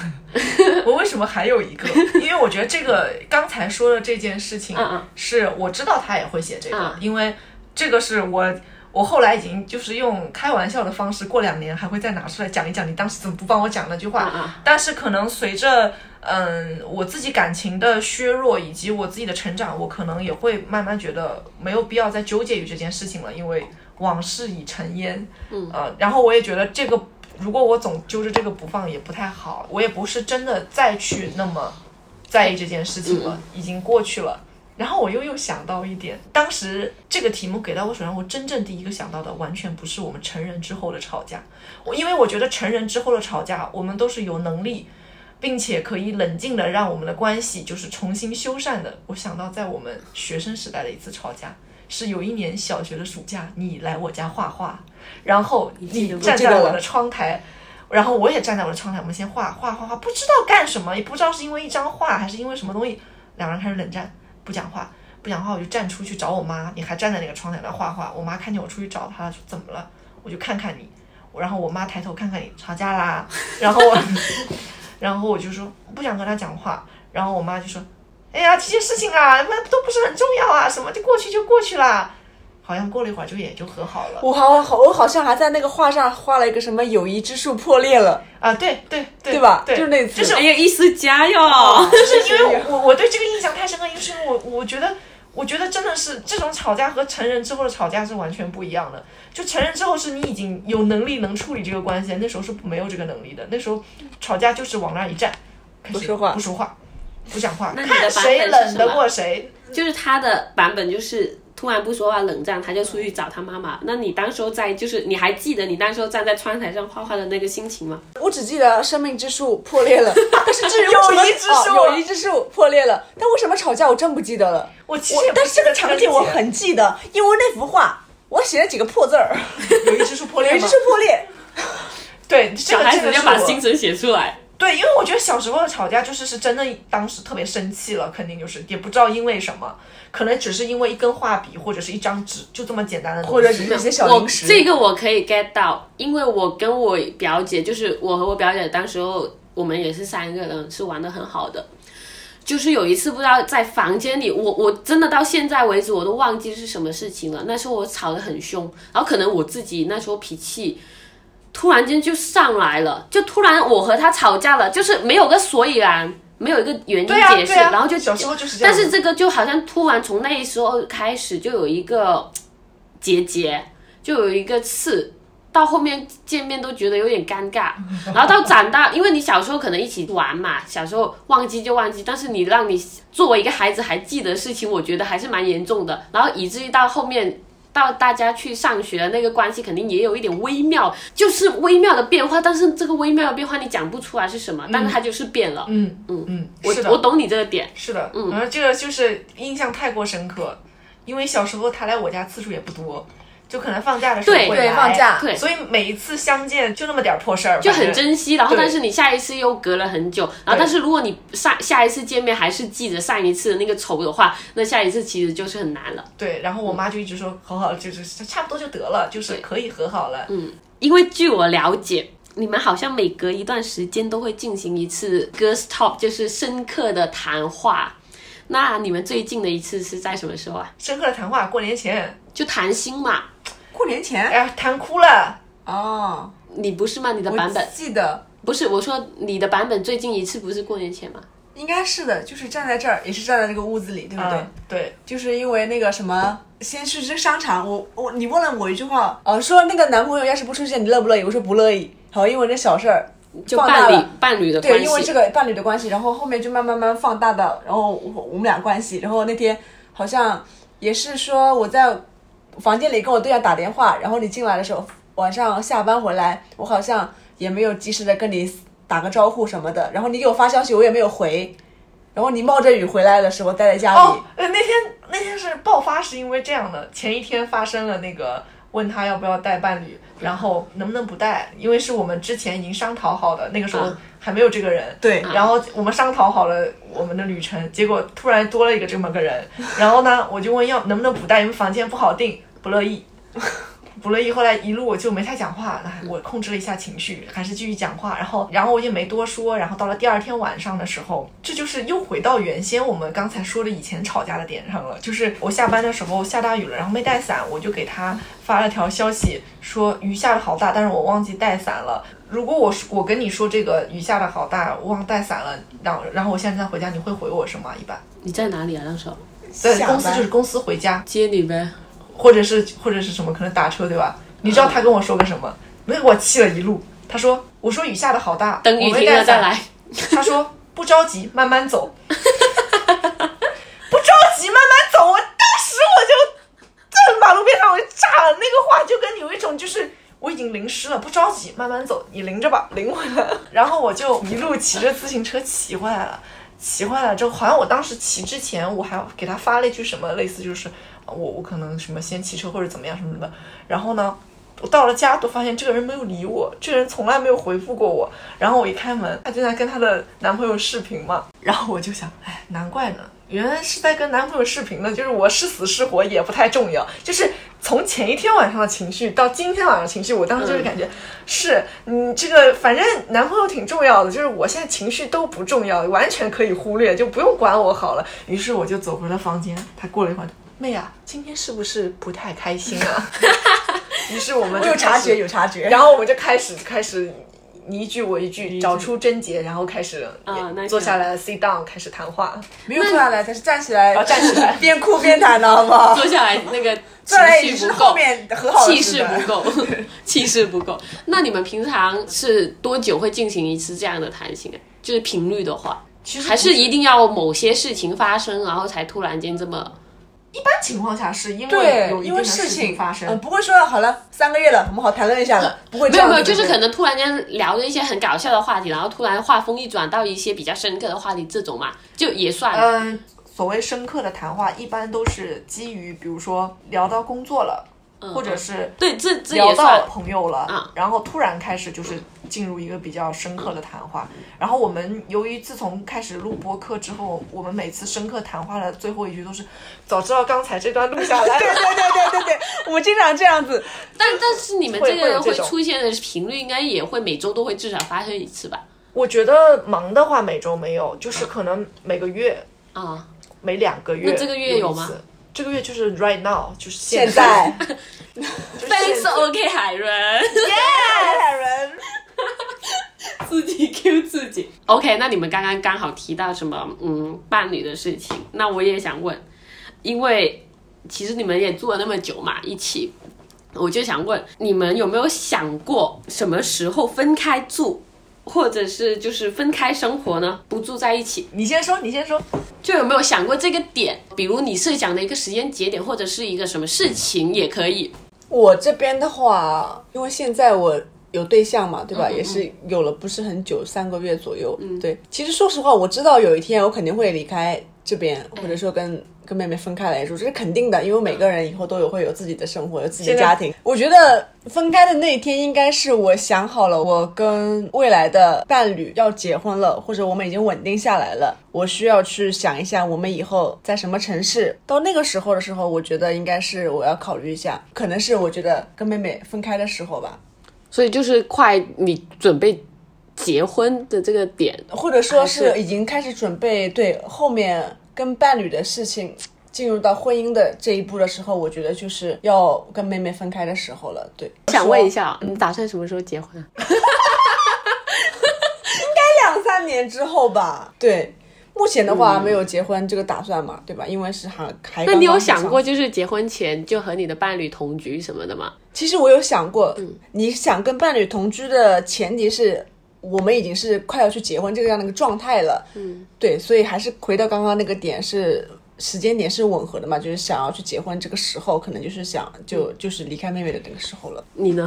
Speaker 4: 我为什么还有一个？因为我觉得这个刚才说的这件事情
Speaker 7: 嗯嗯，
Speaker 4: 是我知道他也会写这个
Speaker 7: 嗯，
Speaker 4: 因为这个是我。我后来已经就是用开玩笑的方式，过两年还会再拿出来讲一讲，你当时怎么不帮我讲那句话？
Speaker 7: 嗯嗯
Speaker 4: 但是可能随着嗯我自己感情的削弱以及我自己的成长，我可能也会慢慢觉得没有必要再纠结于这件事情了，因为往事已成烟。嗯，呃，然后我也觉得这个如果我总揪着这个不放也不太好，我也不是真的再去那么在意这件事情了，已经过去了。然后我又又想到一点，当时这个题目给到我手上，我真正第一个想到的完全不是我们成人之后的吵架，我因为我觉得成人之后的吵架，我们都是有能力并且可以冷静的让我们的关系就是重新修缮的。我想到在我们学生时代的一次吵架，是有一年小学的暑假，你来我家画画，然后你站在我的窗台。然后我也站在我的窗台，我们先画画画画，不知道干什么，也不知道是因为一张画还是因为什么东西，两个人开始冷战，不讲话，不讲话，我就站出去找我妈，你还站在那个窗台那画画，我妈看见我出去找她，说怎么了？我就看看你，我然后我妈抬头看看你，吵架 [LAUGHS] 啦，然后我，然后我就说不想跟她讲话，然后我妈就说，哎呀，这些事情啊，那都不是很重要啊，什么就过去就过去啦，好像过了一会儿就也就和好了。
Speaker 6: 我好好，我好像还在那个画上画了一个什么友谊之树破裂了，
Speaker 4: 啊，对对对，
Speaker 6: 对吧？
Speaker 4: 对，
Speaker 6: 就是那次，
Speaker 4: 就是
Speaker 7: [LAUGHS] 哎呀，艺术家哟，
Speaker 4: 就是因为我我对这个印象太深刻，就是因为我我觉得。我觉得真的是这种吵架和成人之后的吵架是完全不一样的。就成人之后是你已经有能力能处理这个关系，那时候是没有这个能力的。那时候吵架就是往那儿一站，不
Speaker 6: 说话
Speaker 4: 不说话，不讲话，
Speaker 7: 你的
Speaker 4: 看
Speaker 7: 版
Speaker 4: 谁
Speaker 7: 本是
Speaker 4: 冷
Speaker 7: 什
Speaker 4: 得
Speaker 7: 么
Speaker 4: 过谁。
Speaker 7: 就是他的版本就是突然不说话冷战，他就出去找他妈妈。那你当时候在就是你还记得你当时候站在窗台上画画的那个心情吗？
Speaker 6: 我只记得生命之树破裂 [LAUGHS] 了，但是至于为什么
Speaker 4: 友谊之树
Speaker 6: 哦友谊之树破裂了，但为什么吵架我真不记得了。
Speaker 4: 我其
Speaker 6: 我
Speaker 4: 实也不
Speaker 6: 但是这个
Speaker 4: 是
Speaker 6: 场
Speaker 4: 理
Speaker 6: 景我
Speaker 4: 解
Speaker 6: 很记得，因为那幅画我写了几个破字 [LAUGHS] 儿，
Speaker 4: 有一只是破裂
Speaker 6: 友谊
Speaker 4: 吗
Speaker 6: 之？树破裂。
Speaker 4: 对，小
Speaker 7: 小孩子要把心声写出来。
Speaker 4: 对，因为我觉得小时候的吵架就是是真的，当时特别生气了，肯定就是也不知道因为什么，可能只是因为一根画笔或者是一张纸，就这么简单的东西。
Speaker 6: 或者只是一些小
Speaker 7: 我
Speaker 6: 零食。
Speaker 7: 这个我可以 get 到，因为我跟我表姐，就是我和我表姐当时候我们也是三个人是玩的很好的。就是有一次不知道在房间里，我我真的到现在为止我都忘记是什么事情了。那时候我吵得很凶，然后可能我自己那时候脾气突然间就上来了，就突然我和他吵架了，就是没有个所以然，没有一个原因
Speaker 4: 对啊
Speaker 7: 解释，
Speaker 4: 对啊
Speaker 7: 然后就
Speaker 4: 小时候就是这样
Speaker 7: 但
Speaker 4: 的。
Speaker 7: 是这个就好像突然从那时候开始就有一个结节，就有一个刺，到后面见面都觉得有点尴
Speaker 4: [LAUGHS]
Speaker 7: 尬。然后到长大，因为你小时候可能一起玩嘛，小时候忘记就忘记，但是你让你作为一个孩子还记得事情，我觉得还是蛮严重的。然后以至于到后面。到大家去上学，那个关系肯定也有一点微妙，就是微妙的变化，但是这个微妙的变化你讲不出来是什么，但是它就是变了。
Speaker 4: 嗯嗯嗯，
Speaker 7: 我
Speaker 4: 是的，
Speaker 7: 我嗯懂你这个点，
Speaker 4: 是的，然后这个就是印象太过深刻，因为小时候他来我家次数也不多，就可能放假的时候
Speaker 7: 对
Speaker 4: 会
Speaker 7: 对
Speaker 4: 来
Speaker 6: 放假
Speaker 7: 对
Speaker 4: 所以每一次相见就那么点儿破事儿，
Speaker 7: 就
Speaker 4: 反正
Speaker 7: 很珍惜，然后
Speaker 4: 对
Speaker 7: 但是你下一次又隔了很久，然后但是如果你上下一次见面还是记着上一次的那个仇的话，那下一次其实就是很难了，
Speaker 4: 对。然后
Speaker 7: 嗯
Speaker 4: 我妈就一直说和好了，就是差不多就得了，就是可以和好了。
Speaker 7: 因为据我了解。你们好像每隔一段时间都会进行一次 girls talk，就是深刻的谈话。那你们最近的一次是在什么时候啊？
Speaker 4: 深刻的谈话，过年前，
Speaker 7: 就谈心嘛，
Speaker 6: 过年前
Speaker 4: 哎呀，谈哭了。
Speaker 6: 哦，
Speaker 7: 你不是吗？你的
Speaker 6: 我
Speaker 7: 版本
Speaker 6: 记得
Speaker 7: 不是我说你的版本最近一次不是过年前吗？
Speaker 6: 应该是的，就是站在这儿，也是站在这个屋子里，对不对？
Speaker 4: 嗯，对，
Speaker 6: 就是因为那个什么，先去这个商场，我我你问了我一句话，呃，说那个男朋友要是不出现，你乐不乐意？我说不乐意。好，因为这小事儿
Speaker 7: 就
Speaker 6: 放大
Speaker 7: 伴侣
Speaker 6: 哦了。
Speaker 7: 伴侣的关
Speaker 6: 对，
Speaker 7: 系，
Speaker 6: 因为这个伴侣的关系，然后后面就慢慢慢慢放大到，然后我我们俩关系，然后那天好像也是说我在房间里跟我对象打电话，然后你进来的时候，晚上下班回来，我好像也没有及时的跟你打个招呼什么的，然后你给我发消息，我也没有回，然后你冒着雨回来的时候待在家里，
Speaker 4: 哦，呃，那天那天是爆发，是因为这样的，前一天发生了那个问他要不要带伴侣，然后能不能不带，因为是我们之前已经商讨好的，那个时候
Speaker 7: 嗯
Speaker 4: 还没有这个人，
Speaker 6: 对
Speaker 4: 然后我们商讨好了我们的旅程，结果突然多了一个这么个人，然后呢，我就问要能不能不带，因为房间不好订，不乐意。不乐意，后来一路我就没太讲话，哎我控制了一下情绪，还是继续讲话，然后然后我也没多说，然后到了第二天晚上的时候，这就是又回到原先我们刚才说的以前吵架的点上了，就是我下班的时候下大雨了，然后没带伞，我就给他发了条消息说雨下的好大，但是我忘记带伞了。如果我说我跟你说这个雨下的好大，我忘带伞了，然后然后我现在再回家，你会回我什么啊？一般
Speaker 7: 你在哪里啊？那时候
Speaker 4: 在
Speaker 6: 下班
Speaker 4: 公司就是公司回家，
Speaker 7: 接你呗。
Speaker 4: 或者是或者是什么，可能打车对吧？你
Speaker 7: 嗯
Speaker 4: 知道他跟我说个什么？没有，我气了一路。他说：“我说雨下的好大，
Speaker 7: 等雨
Speaker 4: 我没
Speaker 7: 停
Speaker 4: 带
Speaker 7: 了再
Speaker 4: 伞。
Speaker 7: 来。”
Speaker 4: 他说：“不着急，慢慢走。”不着急，慢慢走。我当时我就在马路边上，我就炸了。那个话就跟有一种就是我已经淋湿了，不着急，慢慢走，你淋着吧，淋回来。然后我就一路骑着自行车骑回来了，骑回来了之后，好像我当时骑之前，我还给他发了一句什么，类似就是我我可能什么先骑车或者怎么样什么的。然后呢，我到了家都发现这个人没有理我，这个人从来没有回复过我。然后我一开门，她正在跟她的男朋友视频嘛，然后我就想，哎，难怪呢，原来是在跟男朋友视频呢，就是我是死是活也不太重要，就是从前一天晚上的情绪到今天晚上的情绪，我当时就是感觉、是，嗯，这个反正男朋友挺重要的，就是我现在情绪都不重要，完全可以忽略，就不用管我好了。于是我就走回了房间，他过了一会儿。妹啊，今天是不是不太开心啊？于是我们就
Speaker 11: 有 [LAUGHS] 察
Speaker 4: 开始
Speaker 11: 觉，有察觉。
Speaker 4: 然后我们就开始开始你一句我一句找出症结，然后开始
Speaker 7: 啊那就
Speaker 4: 坐下来 sit down 开始谈话。
Speaker 11: 没有坐下来，他是站起来，
Speaker 4: 站起来
Speaker 11: 边哭边谈的好不好？
Speaker 7: 坐下来那个
Speaker 11: 坐下
Speaker 6: 哎
Speaker 11: 来
Speaker 7: 情
Speaker 11: 已
Speaker 7: 绪
Speaker 11: 经是
Speaker 7: 不够
Speaker 11: 后。面很好的
Speaker 7: 气
Speaker 11: 时
Speaker 7: 势
Speaker 11: 代
Speaker 7: 不够，气势不够。那你们平常是多久会进行一次这样的谈心啊？就是频率的话，
Speaker 4: 其实
Speaker 7: 还
Speaker 4: 不
Speaker 7: 是一定要某些事情发生，然后才突然间这么
Speaker 4: 一般情况下是因为
Speaker 11: 对
Speaker 4: [LAUGHS] 有，一
Speaker 11: 因
Speaker 4: 定
Speaker 11: 为
Speaker 4: 的事呃
Speaker 11: 情
Speaker 4: 发生，
Speaker 11: 嗯，不会说好了三个月了，我们好谈论一下了，不会这
Speaker 7: 没有
Speaker 11: 样
Speaker 7: 没
Speaker 11: 子
Speaker 7: 有，就
Speaker 11: 对不
Speaker 6: [LAUGHS]
Speaker 7: 是
Speaker 11: 对
Speaker 7: 可能突然间聊着一些很搞笑的话题，然后突然话锋一转到一些比较深刻的话题，这种嘛，就也算。
Speaker 4: 嗯，所谓深刻的谈话，一般都是基于比如说聊到工作了，或者是
Speaker 7: 对，这这
Speaker 4: 聊
Speaker 7: 也
Speaker 4: 到
Speaker 7: 算。
Speaker 4: 朋友了，
Speaker 7: 嗯
Speaker 4: 然后突然开始就是进入一个比较深刻的谈话。然后我们由于自从开始录播客之后，我们每次深刻谈话的最后一句都是早知道刚才这段录下来了。 [LAUGHS]
Speaker 11: 对对对对对，我们经常这样子，
Speaker 7: 但但是你们
Speaker 4: 会
Speaker 7: 这个人
Speaker 4: 会
Speaker 7: 会
Speaker 4: 有这种
Speaker 7: 出现的频率，应该也会每周都会至少发生一次吧？
Speaker 4: 我觉得忙的话每周没有，就是可能每个月、
Speaker 7: 啊、
Speaker 4: 每两个月。
Speaker 7: 那这个月有吗
Speaker 4: 一次？这个月就是 right now，就是现
Speaker 11: 现在。
Speaker 4: [LAUGHS]
Speaker 7: thanks OK 海伦，
Speaker 11: 哎海人，
Speaker 7: 自己 Q 自己。OK，那你们刚刚刚好提到什么嗯伴侣的事情，那我也想问，因为其实你们也住了那么久嘛，一起，我就想问你们有没有想过什么时候分开住，或者是就是分开生活呢？不住在一起，
Speaker 4: 你先说，你先说。
Speaker 7: 就有没有想过这个点？比如你设想的一个时间节点，或者是一个什么事情也可以。
Speaker 6: [LAUGHS] 我这边的话，因为现在我有对象嘛，对吧？也是有了不是很久，三个月左右。嗯，对。其实说实话，我知道有一天我肯定会离开这边，或者说跟。跟妹妹分开来住，这是肯定的，因为每个人以后都有会有自己的生活，有自己的家庭。我觉得分开的那一天，应该是我想好了，我跟未来的伴侣要结婚了，或者我们已经稳定下来了，我需要去想一下我们以后在什么城市。到那个时候的时候，我觉得应该是我要考虑一下，可能是我觉得跟妹妹分开的时候吧，
Speaker 7: 所以就是快你准备结婚的这个点，
Speaker 6: 或者说
Speaker 7: 还
Speaker 6: 是已经开始准备对后面跟伴侣的事情。进入到婚姻的这一步的时候，我觉得就是要跟妹妹分开的时候了。对，
Speaker 7: 想问一下，啊你打算什么时候结婚啊？
Speaker 6: 两三年之后吧。对，目前的话没有结婚这个打算嘛，对吧？因为是还还。
Speaker 7: 嗯那你有想过，？就是结婚前就和你的伴侣同居什么的吗？
Speaker 6: 其实我有想过，
Speaker 7: 嗯
Speaker 6: 你想跟伴侣同居的前提是。我们已经是快要去结婚这个样的一个状态了，嗯，对，所以还是回到刚刚那个点，是时间点是吻合的嘛，就是想要去结婚这个时候，可能就是想就
Speaker 7: 嗯
Speaker 6: 就是离开妹妹的那个时候了。
Speaker 7: 你呢？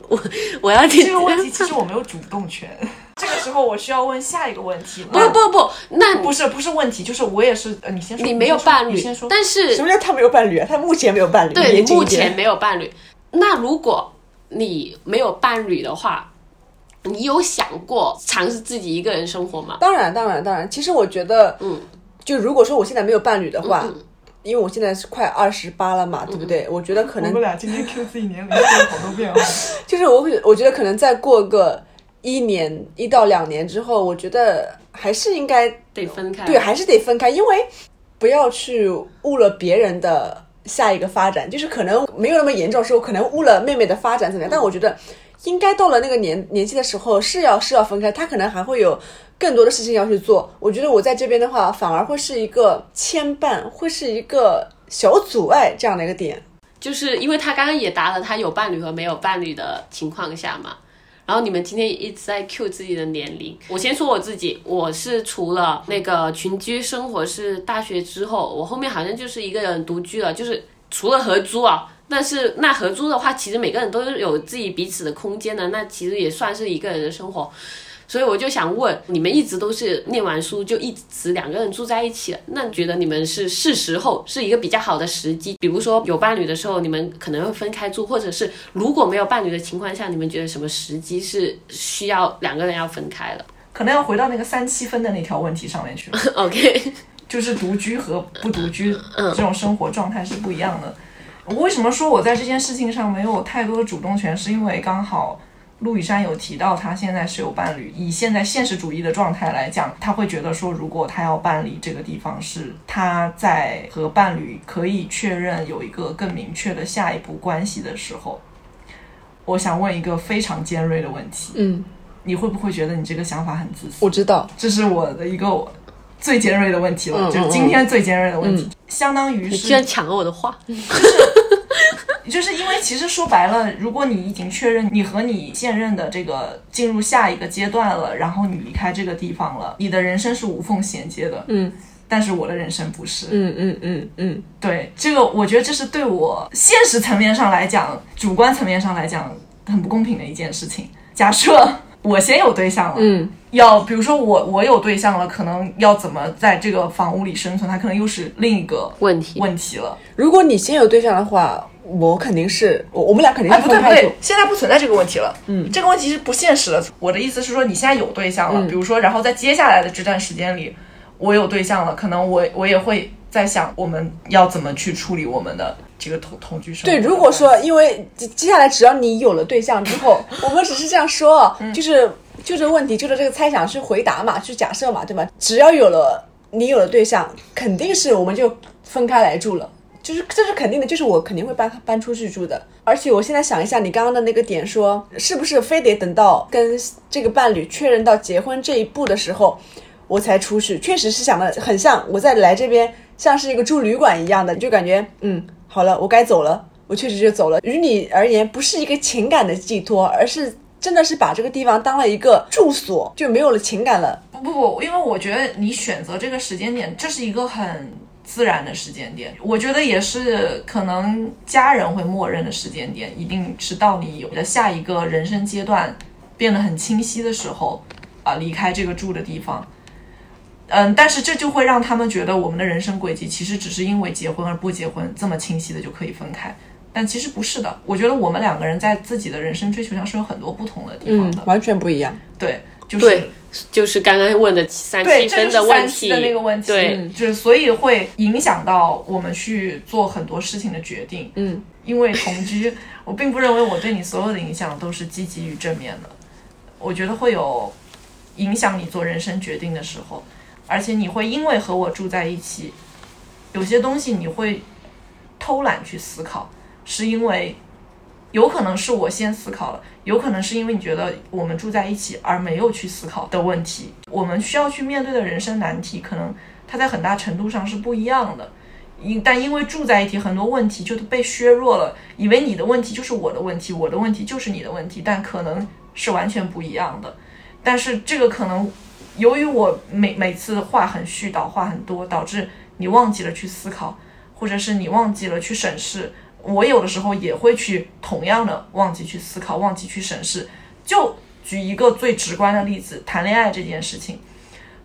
Speaker 7: [LAUGHS] 我我要听
Speaker 4: 这个问题其实我没有主动权。这个时候我需要问下一个问题。
Speaker 7: 不
Speaker 4: 那
Speaker 7: 不不，那
Speaker 4: 不是不是问题，就是我也是，呃你先说。
Speaker 7: 你
Speaker 4: 先
Speaker 7: 没有
Speaker 4: 说
Speaker 7: 伴
Speaker 4: 你
Speaker 7: 侣
Speaker 4: 先说，。
Speaker 7: 但是
Speaker 6: 什么叫他没有伴侣啊？他目前没有伴侣，
Speaker 7: 对
Speaker 6: 严
Speaker 7: 你
Speaker 6: 谨一
Speaker 7: 目
Speaker 6: 点
Speaker 7: 前没有伴侣，那如果你没有伴侣的话，你有想过尝试自己一个人生活吗？
Speaker 6: 当然，当然，当然。其实我觉得，
Speaker 7: 嗯，
Speaker 6: 就如果说我现在没有伴侣的话，
Speaker 7: 嗯
Speaker 6: 因为我现在是快二十八了嘛，对不对？我觉得可能
Speaker 4: 俩今天 Q 自己年龄做了好多遍啊。
Speaker 6: 就是我会，我觉得可能再过个一年一到两年之后，我觉得还是应该
Speaker 7: 得分开。
Speaker 4: 嗯
Speaker 6: 对，还是得分开，因为不要去误了别人的下一个发展，就是可能没有那么严重，说可能误了妹妹的发展怎么
Speaker 4: 嗯
Speaker 6: 样，但我觉得应该到了那个年年纪的时候是要是要分开，她可能还会有更多的事情要去做。我觉得我在这边的话，反而会是一个牵绊，会是一个小阻碍这样的一个点。
Speaker 7: 就是因为他刚刚也答了他有伴侣和没有伴侣的情况下嘛。然后你们今天一直在 cue 自己的年龄，我先说我自己，我是除了那个群居生活是大学之后，我后面好像就是一个人独居了，就是除了合租啊，但是那合租的话，其实每个人都有自己彼此的空间的，那其实也算是一个人的生活。所以我就想问，你们一直都是念完书就一直两个人住在一起了，那你觉得你们是是时候是一个比较好的时机？比如说有伴侣的时候，你们可能会分开住，或者是如果没有伴侣的情况下，你们觉得什么时机是需要两个人要分开了
Speaker 4: 可能要回到那个三七分的那条问题上面去了，
Speaker 7: ？OK，
Speaker 4: 就是独居和不独居这种生活状态是不一样的。我为什么说我在这件事情上没有太多的主动权，是因为刚好陆羽山有提到他现在是有伴侣，以现在现实主义的状态来讲，他会觉得说，如果他要办理这个地方是他在和伴侣可以确认有一个更明确的下一步关系的时候，我想问一个非常尖锐的问题，
Speaker 6: 嗯，
Speaker 4: 你会不会觉得你这个想法很自私？
Speaker 6: 我知道，
Speaker 4: 这是我的一个最尖锐的问题了，
Speaker 6: 嗯
Speaker 4: 就是今天最尖锐的问题，相当于
Speaker 7: [LAUGHS] 你居然
Speaker 4: 是，
Speaker 7: 抢了我的话，
Speaker 4: 就是因为其实说白了，如果你已经确认你和你现任的这个进入下一个阶段了，然后你离开这个地方了，你的人生是无缝衔接的，
Speaker 6: 嗯。
Speaker 4: 但是我的人生不是，
Speaker 6: 嗯嗯嗯嗯，
Speaker 4: 对这个，我觉得这是对我现实层面上来讲，主观层面上来讲很不公平的一件事情。假设我先有对象了，
Speaker 6: 嗯，
Speaker 4: 要比如说我我有对象了，可能要怎么在这个房屋里生存，它可能又是另一个
Speaker 7: 问题
Speaker 4: 问题了。
Speaker 6: 如果你先有对象的话，我肯定是我我们俩肯定
Speaker 4: 哎，
Speaker 6: 是
Speaker 4: 不对
Speaker 6: 分
Speaker 4: 不
Speaker 6: 开住
Speaker 4: 对，，现在不存在这个问题了。嗯，这个问题是不现实的。我的意思是说，你现在有对象
Speaker 6: 嗯
Speaker 4: 了，比如说，然后在接下来的这段时间里，我有对象了，可能我我也会在想，我们要怎么去处理我们的这个同同居生活
Speaker 6: 对，
Speaker 4: 的
Speaker 6: 如果
Speaker 4: 关系
Speaker 6: 说因为接接下来只要你有了对象之后，我们只是这样说，就是就这个问题，就着这个猜想去回答嘛，去假设嘛，对吧？只要有了你有了对象，肯定是我们就分开来住了。就是这是肯定的，就是我肯定会搬搬出去住的。而且我现在想一下，你刚刚的那个点说，是不是非得等到跟这个伴侣确认到结婚这一步的时候，我才出去，确实是想的很像我在来这边像是一个住旅馆一样的，就感觉嗯，好了，我该走了，我确实就走了。于你而言，不是一个情感的寄托，而是真的是把这个地方当了一个住所，就没有了情感了。
Speaker 4: 不不不，因为我觉得你选择这个时间点，这是一个很自然的时间点，我觉得也是可能家人会默认的时间点，一定是到你有的下一个人生阶段变得很清晰的时候，啊、离开这个住的地方。嗯，但是这就会让他们觉得我们的人生轨迹其实只是因为结婚而不结婚这么清晰的就可以分开，但其实不是的。我觉得我们两个人在自己的人生追求上是有很多不同的地方
Speaker 6: 嗯
Speaker 4: 的，，
Speaker 6: 完全不一样。
Speaker 4: 对，就是
Speaker 7: 对，就是刚刚问的三
Speaker 4: 对，
Speaker 7: 七
Speaker 4: 这
Speaker 7: 分
Speaker 4: 就是
Speaker 7: 问
Speaker 4: 三期
Speaker 7: 题
Speaker 4: 的那个问题，
Speaker 7: 对，
Speaker 4: 嗯就是所以会影响到我们去做很多事情的决定，
Speaker 6: 嗯，
Speaker 4: 因为同居，我并不认为我对你所有的影响都是积极与正面的，我觉得会有影响你做人生决定的时候，而且你会因为和我住在一起，有些东西你会偷懒去思考，是因为有可能是我先思考了，有可能是因为你觉得我们住在一起而没有去思考的问题。我们需要去面对的人生难题，可能它在很大程度上是不一样的。因但因为住在一起，很多问题就被削弱了，以为你的问题就是我的问题，我的问题就是你的问题，但可能是完全不一样的。但是这个可能由于我每每次话很絮叨，话很多，导致你忘记了去思考，或者是你忘记了去审视。我有的时候也会去同样的忘记去思考，忘记去审视。就举一个最直观的例子，谈恋爱这件事情，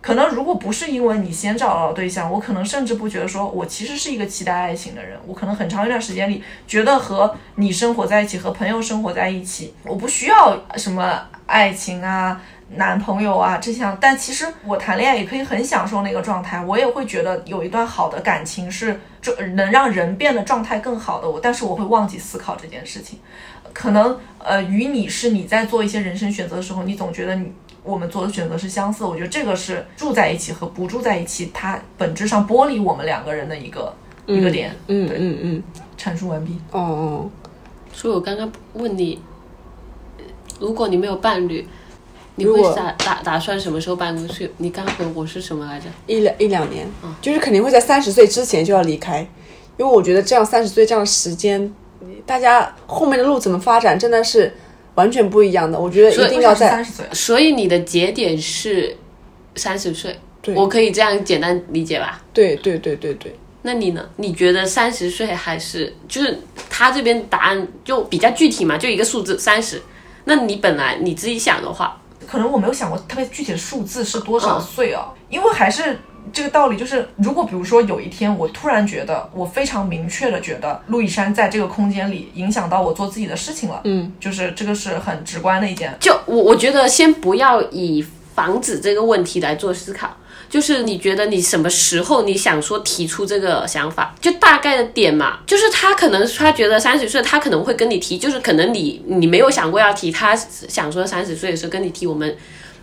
Speaker 4: 可能如果不是因为你先找到了对象，我可能甚至不觉得说我其实是一个期待爱情的人。我可能很长一段时间里觉得和你生活在一起，和朋友生活在一起，我不需要什么爱情啊。男朋友啊，这项，但其实我谈恋爱也可以很享受那个状态，我也会觉得有一段好的感情是这能让人变得状态更好的我，但是我会忘记思考这件事情。可能呃，与你是你在做一些人生选择的时候，你总觉得你我们做的选择是相似的。我觉得这个是住在一起和不住在一起，它本质上剥离我们两个人的一个、一个点。
Speaker 6: 嗯
Speaker 4: 对
Speaker 6: 嗯嗯，
Speaker 4: 阐述完毕。
Speaker 6: 哦哦，
Speaker 7: 所以我刚刚问你，如果你没有伴侣，你
Speaker 6: 如
Speaker 7: 会
Speaker 6: 果
Speaker 7: 打打打算什么时候搬出去？你刚回我是什么来着？
Speaker 6: 一两一两年，
Speaker 4: 嗯
Speaker 6: 就是肯定会在三十岁之前就要离开，因为我觉得这样三十岁这样的时间，大家后面的路怎么发展真的是完全不一样的。我觉得一定要在
Speaker 4: 三十岁了，
Speaker 7: 所以你的节点是三十岁，
Speaker 6: 对
Speaker 4: 啊
Speaker 7: 我可以这样简单理解吧？
Speaker 6: 对对对对对，
Speaker 7: 那你呢？你觉得三十岁还是就是他这边答案就比较具体嘛，就一个数字三十。那你本来你自己想的话，
Speaker 12: 可能我没有想过特别具体的数字是多少岁啊，因为还是这个道理，就是如果比如说有一天我突然觉得我非常明确的觉得陆以山在这个空间里影响到我做自己的事情了，嗯，就是这个是很直观的一件，
Speaker 7: 就我我觉得先不要以防止这个问题来做思考，就是你觉得你什么时候你想说提出这个想法，就大概的点嘛，就是他可能他觉得三十岁，他可能会跟你提，就是可能你你没有想过要提，他想说三十岁的时候跟你提，我们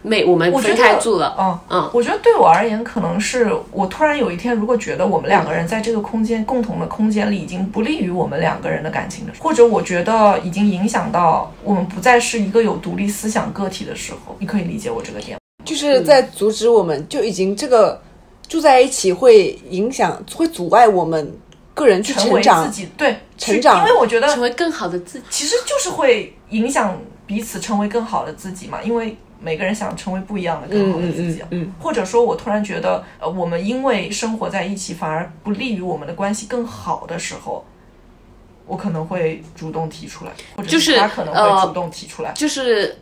Speaker 7: 没我们
Speaker 12: 我觉
Speaker 7: 分
Speaker 12: 得
Speaker 7: 开住了，
Speaker 12: 嗯
Speaker 7: 嗯
Speaker 12: 我觉得对我而言，可能是我突然有一天，如果觉得我们两个人在这个空间共同的空间里已经不利于我们两个人的感情的时候，或者我觉得已经影响到我们不再是一个有独立思想个体的时候，你可以理解我这个点吗。嗯
Speaker 6: 就是在阻止我们，就已经这个住在一起会影响，会阻碍我们个人去
Speaker 12: 成为
Speaker 6: 成长
Speaker 12: 自。己对
Speaker 6: 成
Speaker 12: 去
Speaker 6: 长
Speaker 12: 因为我觉得
Speaker 7: 成为更好的自己。
Speaker 12: 其实就是会影响彼此成为更好的自己嘛，因为每个人想成为不一样的更好的自己，啊
Speaker 6: 嗯嗯嗯
Speaker 12: 或者说我突然觉得，呃，我们因为生活在一起反而不利于我们的关系更好的时候。我可能会主动提出来，或者
Speaker 7: 就是
Speaker 12: 他可能
Speaker 7: 呃
Speaker 12: 会主动提出来。
Speaker 7: 就是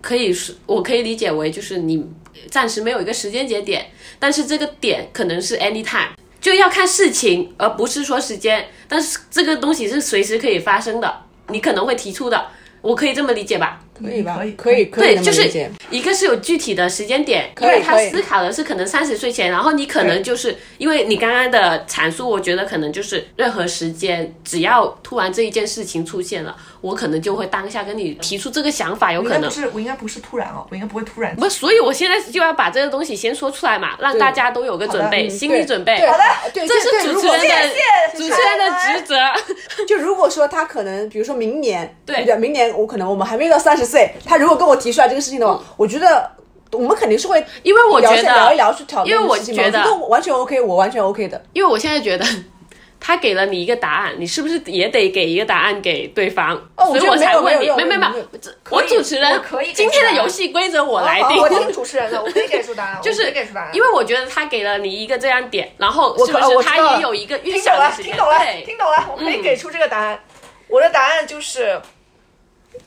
Speaker 7: 可以是，我可以理解为就是你暂时没有一个时间节点，但是这个点可能是 anytime，就要看事情，而不是说时间。但是这个东西是随时可以发生的，你可能会提出的，我可以这么理解吧？
Speaker 6: 可以吧？
Speaker 12: 可以
Speaker 6: 可以，可以
Speaker 7: 对，
Speaker 6: 那么
Speaker 7: 就是
Speaker 6: 理解
Speaker 7: 一个是有具体的时间点，因
Speaker 6: 以
Speaker 7: 为他
Speaker 6: 可以
Speaker 7: 思考的是可能三十岁前，然后你可能就是因为你刚刚的阐述，我觉得可能就是任何时间，只要突然这一件事情出现了，我可能就会当下跟你提出这个想法，有
Speaker 12: 我应
Speaker 7: 可
Speaker 12: 该不
Speaker 7: 能。
Speaker 12: 是，我应该不是突然哦，我应该不会突然。
Speaker 7: 不，所以我现在就要把这个东西先说出来嘛，让大家都有个准备，
Speaker 6: 嗯
Speaker 7: 心理
Speaker 6: 对
Speaker 7: 准备。
Speaker 6: 对对，
Speaker 7: 这
Speaker 6: 对
Speaker 7: 是
Speaker 6: 对
Speaker 7: 主
Speaker 6: 如
Speaker 7: 持
Speaker 6: 果
Speaker 7: 人的主持人的职责。 [LAUGHS]
Speaker 6: 就如果说他可能，比如说明年，
Speaker 7: 对
Speaker 6: 比如明年我可能我们还没有到三十岁，他如果跟我提出来这个事情的话，我觉得我们肯定是会，
Speaker 7: 因为我觉得
Speaker 6: 聊一聊去讨论
Speaker 7: 因
Speaker 6: 这
Speaker 7: 为
Speaker 6: 个
Speaker 7: 我
Speaker 6: 事情嘛，
Speaker 7: 觉得
Speaker 6: 我我完全 OK，我完全 OK 的。
Speaker 7: 因为我现在觉得，他给了你一个答案，你是不是也得给一个答案给对方？
Speaker 6: 哦
Speaker 7: 所
Speaker 6: 我
Speaker 7: 以
Speaker 6: 觉得
Speaker 7: 我才
Speaker 6: 没有
Speaker 7: 问
Speaker 6: 没
Speaker 7: 你，
Speaker 6: 有
Speaker 7: 没
Speaker 6: 没有
Speaker 7: 没
Speaker 6: 没有
Speaker 7: 没，这我主持人
Speaker 12: 我可以给
Speaker 7: 今天的
Speaker 12: 出答案
Speaker 7: 游戏规则我来定。
Speaker 4: 哦我听主持人的，我可以给出答
Speaker 6: [LAUGHS]
Speaker 4: 案，
Speaker 7: [LAUGHS] 就是
Speaker 4: 我可以给出答案，
Speaker 7: 因为我觉得他给了你一个这样点，然后是不
Speaker 4: 可我
Speaker 7: 是
Speaker 4: 知道
Speaker 7: 他也
Speaker 4: 了
Speaker 7: 有一个预
Speaker 4: 听
Speaker 7: 想
Speaker 4: 懂
Speaker 7: 的
Speaker 4: 了，
Speaker 7: 时间？
Speaker 4: 听懂了，
Speaker 7: 对
Speaker 4: 听懂了，我可以给出这个答案。我的答案就是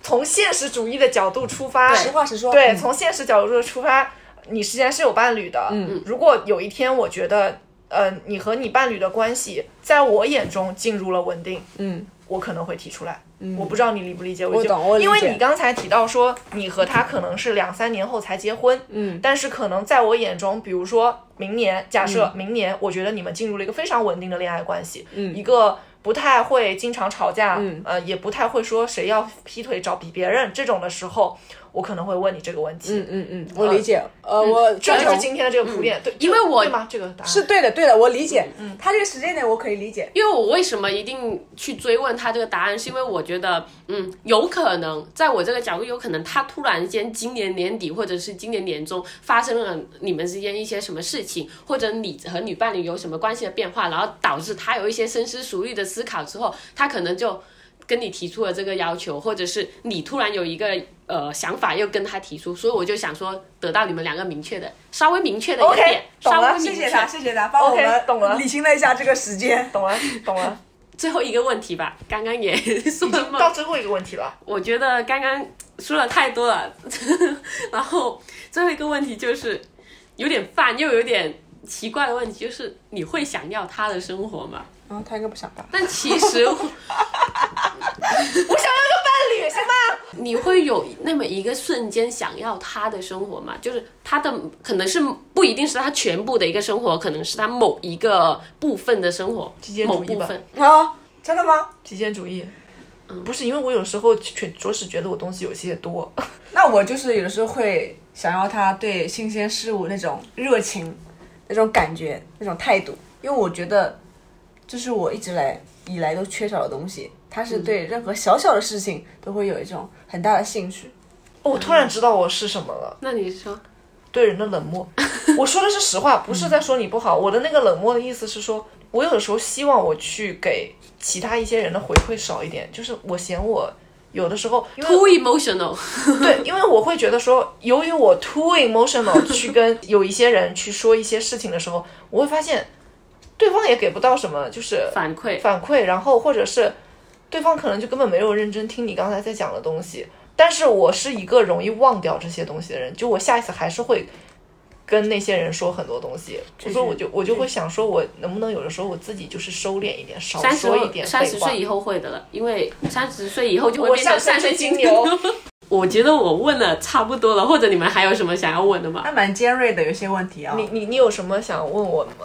Speaker 4: 从现实主义的角度出发，
Speaker 6: 实话实说，
Speaker 4: 对，
Speaker 6: 嗯
Speaker 4: 从现实角度出发，你实际上是有伴侣的。嗯，如果有一天我觉得，呃，你和你伴侣的关系在我眼中进入了稳定，
Speaker 6: 嗯，
Speaker 4: 我可能会提出来。嗯，我不知道你理不理解我
Speaker 6: 我
Speaker 4: 就
Speaker 6: 懂我理
Speaker 4: 因为
Speaker 6: 解
Speaker 4: 你刚才提到说你和他可能是两三年后才结婚，嗯，但是可能在我眼中，比如说明年，假设明年，我觉得你们进入了一个非常稳定的恋爱关系，嗯，一个。不太会经常吵架，嗯、呃，也不太会说谁要劈腿找比别人这种的时候，我可能会问你这个问题。
Speaker 6: 嗯嗯嗯，我理解，呃，
Speaker 7: 嗯
Speaker 6: 我
Speaker 4: 这
Speaker 6: 赞
Speaker 4: 就是
Speaker 6: 同
Speaker 4: 今天的这个铺垫，对，
Speaker 7: 因为
Speaker 4: 这个
Speaker 7: 我
Speaker 4: 对吗？这个答案
Speaker 6: 是对的，对的，我理解。嗯，他这个时间点我可以理解。
Speaker 7: 因为我为什么一定去追问他这个答案，是因为我觉得，嗯，有可能在我这个角度，有可能他突然间今年年底或者是今年年中发生了你们之间一些什么事情，或者你和你伴侣有什么关系的变化，然后导致他有一些深思熟虑的思考之后，他可能就跟你提出了这个要求，或者是你突然有一个呃想法又跟他提出，所以我就想说得到你们两个明确的，稍微明确的一个
Speaker 4: OK，
Speaker 7: 点
Speaker 4: 懂
Speaker 7: 稍
Speaker 4: 了
Speaker 7: 微
Speaker 4: 谢
Speaker 7: 明
Speaker 4: 谢
Speaker 7: 确。
Speaker 6: 谢谢他帮
Speaker 4: OK，懂了
Speaker 6: 理清了一下这个时间。
Speaker 4: 懂了，懂 [LAUGHS] 了，
Speaker 7: 最后一个问题吧，刚刚也 [LAUGHS] 说了嘛
Speaker 4: 到最后一个问题了，
Speaker 7: 我觉得刚刚说了太多了， [LAUGHS] 然后最后一个问题就是有点泛又有点奇怪的问题，就是你会想要他的生活吗？
Speaker 6: 啊，他应该不想吧？
Speaker 7: 但其实
Speaker 4: 我想要个伴侣，行吗？
Speaker 7: 你会有那么一个瞬间想要他的生活吗？就是他的可能是不一定是他全部的一个生活，可能是他某一个部分的生活
Speaker 4: 极简，
Speaker 7: 某
Speaker 4: 主义吧
Speaker 7: 部分。
Speaker 6: 啊，真的吗？
Speaker 4: 极简主义，不是因为我有时候确着实觉得我东西有些多，哦
Speaker 6: 那我就是有的时候会想要他对新鲜事物那种热情、那种感觉、那种态度，因为我觉得这是我一直来以来都缺少的东西。他
Speaker 7: 嗯
Speaker 6: 是对任何小小的事情都会有一种很大的兴趣。
Speaker 4: 我突然知道我是什么了，
Speaker 7: 那你说，
Speaker 4: 对人的冷漠。我说的是实话，不是在说你不好。我的那个冷漠的意思是说，我有的时候希望我去给其他一些人的回馈少一点，就是我嫌我有的时候因为
Speaker 7: too emotional，
Speaker 4: 对，因为我会觉得说，由于我 too emotional 去跟有一些人去说一些事情的时候，我会发现对方也给不到什么，就是
Speaker 7: 反馈
Speaker 4: 反馈，然后或者是对方可能就根本没有认真听你刚才在讲的东西。但是我是一个容易忘掉这些东西的人，就我下一次还是会跟那些人说很多东西。我说我就我就会想说，我能不能有的时候我自自己就是收敛一点，少
Speaker 7: 三
Speaker 4: 说一点
Speaker 7: 十三十
Speaker 4: 废话
Speaker 7: 岁。以后会的了，因为三十岁以后就会
Speaker 4: 我
Speaker 7: 变成
Speaker 4: 上
Speaker 7: 三
Speaker 4: 升
Speaker 7: 岁
Speaker 4: 是
Speaker 7: 金
Speaker 4: 金
Speaker 7: 牛
Speaker 4: 牛。
Speaker 7: [LAUGHS] 我觉得我问了差不多了，或者你们还有什么想要问的吗？
Speaker 6: 还蛮尖锐的，有些问题啊。
Speaker 4: 你你你有什么想问我的吗？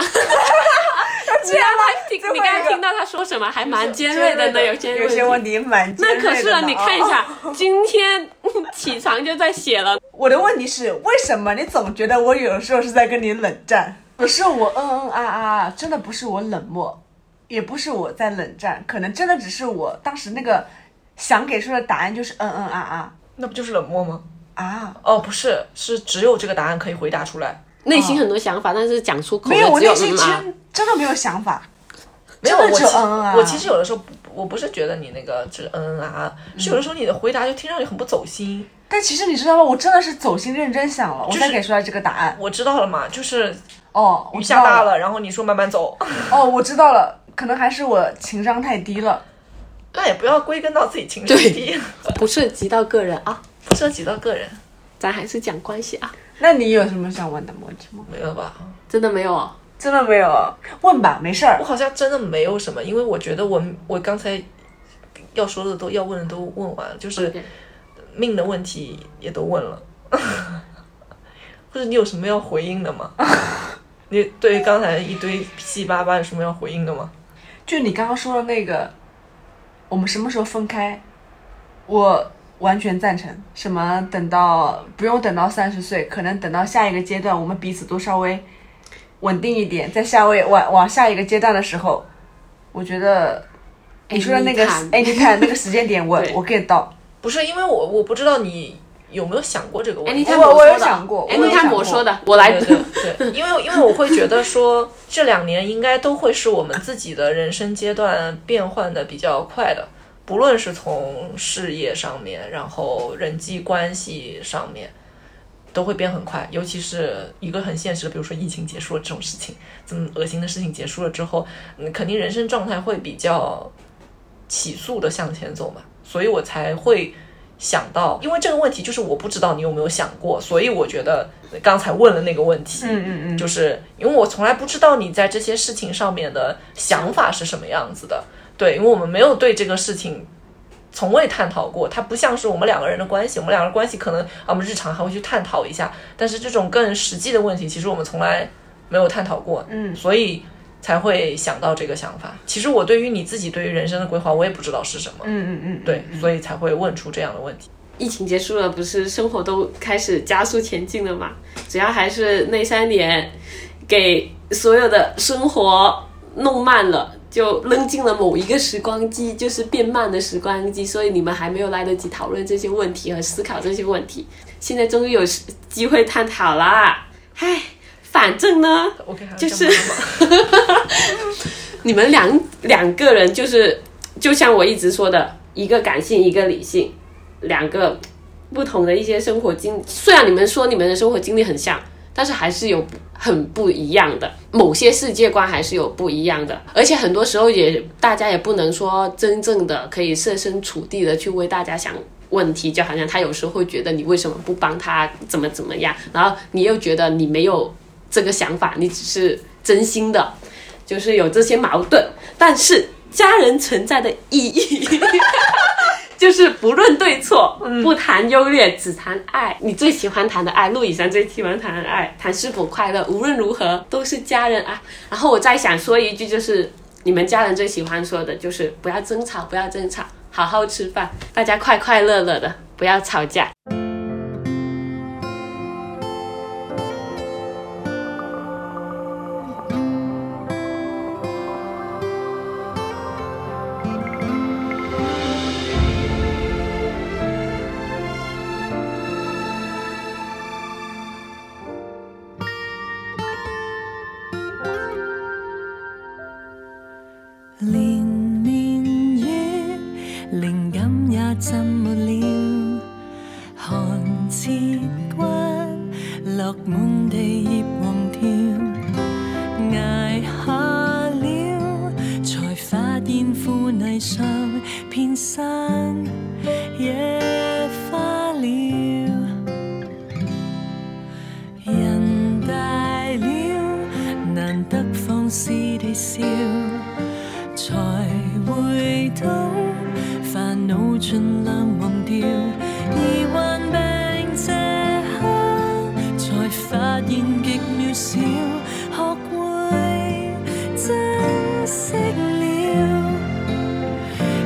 Speaker 7: 既
Speaker 6: 啊
Speaker 7: 然他听，你刚才听到他说什么，还蛮尖锐的呢，有些
Speaker 6: 有些问题蛮尖锐
Speaker 7: 那
Speaker 6: 的
Speaker 7: 可是
Speaker 6: 呢
Speaker 7: 啊，你看一。
Speaker 6: 哦
Speaker 7: 下，
Speaker 6: [LAUGHS]
Speaker 7: 今天起床就在写了，
Speaker 6: 我的问题是，为什么你总觉得我有时候是在跟你冷战？不是我嗯嗯啊啊啊，真的不是我冷漠，也不是我在冷战，可能真的只是我当时那个想给出的答案就是嗯嗯啊啊
Speaker 4: [LAUGHS] 那不就是冷漠吗？
Speaker 6: 啊。
Speaker 4: 哦，不是，是只有这个答案可以回答出来。
Speaker 7: [LAUGHS] 内心很多想法，但是讲出口
Speaker 6: 没有，
Speaker 7: 的
Speaker 6: 我
Speaker 7: 只有
Speaker 6: 内心
Speaker 7: 嗯
Speaker 6: 其
Speaker 7: 啊。
Speaker 6: 实真的没有想法。
Speaker 4: 没有，
Speaker 6: 真
Speaker 4: 我
Speaker 6: 的只
Speaker 4: 其
Speaker 6: 有嗯嗯啊
Speaker 4: 我其实有的时候不，我不是觉得你那个就是嗯嗯啊啊，是有的时候你的回答就听上去很不走心。
Speaker 6: 但其实你知道吗？我真的是走心认真想了，我
Speaker 4: 是
Speaker 6: 才给出来这个答案。
Speaker 4: 我知道了嘛，就是
Speaker 6: 哦，我
Speaker 4: 雨
Speaker 6: 知
Speaker 4: 下
Speaker 6: 道
Speaker 4: 大
Speaker 6: 了。
Speaker 4: 了，然后你说慢慢走， [LAUGHS]
Speaker 6: 哦，我知道了，可能还是我情商太低了。
Speaker 4: 那也不要归根到自己情商低， [LAUGHS]
Speaker 7: 不涉及到个人啊，
Speaker 4: 不涉及到个人，
Speaker 7: 咱还是讲关系啊，
Speaker 6: 那你有什么想问的问题吗？
Speaker 4: 没有吧？
Speaker 7: 真的没有哦。
Speaker 6: 真的没有，啊问吧，没事儿
Speaker 4: 我。好像真的没有什么，因为我觉得我我刚才要说的都要问的都问完了，就是命的问题也都问了。 [LAUGHS] 或者你有什么要回应
Speaker 6: [LAUGHS]
Speaker 4: 的吗？你对刚才一堆七七八八有什么要回应的吗？
Speaker 6: 就你刚刚说的那个，我们什么时候分开？我完全赞成。什么等到不用等到三十岁，可能等到下一个阶段，我们彼此都稍微稳定一点，在下位往往下一个阶段的时候，我觉得你说的那个
Speaker 7: Anytime
Speaker 6: 哎，你看那个时间点我，
Speaker 7: [LAUGHS] 对
Speaker 6: 我 get 到。
Speaker 4: 不是，因为我我不知道你有没有想过这个问题。
Speaker 7: anytime
Speaker 6: 我
Speaker 7: 我
Speaker 6: 我有
Speaker 7: 说的
Speaker 6: 想过我有想
Speaker 7: anytime
Speaker 6: 过
Speaker 7: 我说的，我来
Speaker 4: 对对对，因为因为我会觉得说这两年应该都会是我们自己的人生阶段变换的比较快的，不论是从事业上面，然后人际关系上面。都会变很快，尤其是一个很现实的，比如说疫情结束了这种事情，这么恶心的事情结束了之后，嗯，肯定人生状态会比较起速的向前走嘛，所以我才会想到，因为这个问题就是我不知道你有没有想过，所以我觉得刚才问了那个问题，嗯嗯嗯，就是因为我从来不知道你在这些事情上面的想法是什么样子的，对，因为我们没有对这个事情。从未探讨过，它不像是我们两个人的关系，我们两个人关系可能啊，我们日常还会去探讨一下，但是这种更实际的问题，其实我们从来没有探讨过，嗯，所以才会想到这个想法。其实我对于你自己对于人生的规划，我也不知道是什么，
Speaker 6: 嗯嗯
Speaker 4: 对，所以才会问出这样的问题。
Speaker 7: 疫情结束了，不是生活都开始加速前进了嘛？只要还是那三年，给所有的生活弄慢了，就扔进了某一个时光机，就是变慢的时光机。所以你们还没有来得及讨论这些问题和思考这些问题，现在终于有时机会探讨啦。唉，反正呢，
Speaker 4: OK，还
Speaker 7: 就是
Speaker 4: 这么说吧
Speaker 7: 你们两两个人就是，就像我一直说的，一个感性，一个理性，两个不同的一些生活经。虽然你们说你们的生活经历很像，但是还是有很不一样的，某些世界观还是有不一样的。而且很多时候也，大家也不能说真正的可以设身处地的去为大家想。问题就好像他有时候会觉得你为什么不帮他怎么怎么样，然后你又觉得你没有这个想法，你只是真心的，就是有这些矛盾，但是家人存在的意义， [LAUGHS] 就是不论对错，不谈优劣，只谈爱。你最喜欢谈的爱，陆以山最喜欢谈的爱，谈是否快乐，无论如何都是家人啊。然后我再想说一句，就是你们家人最喜欢说的就是不要争吵，不要争吵，好好吃饭，大家快快乐乐的，不要吵架。
Speaker 13: 连绵雨，靈感也浸沒了，寒徹骨，落滿地葉黃跳，崖下上遍山野花了。人大了，难得放肆地笑，才會懂煩惱盡量忘掉，而患病這刻才發現極渺小，學會珍惜了。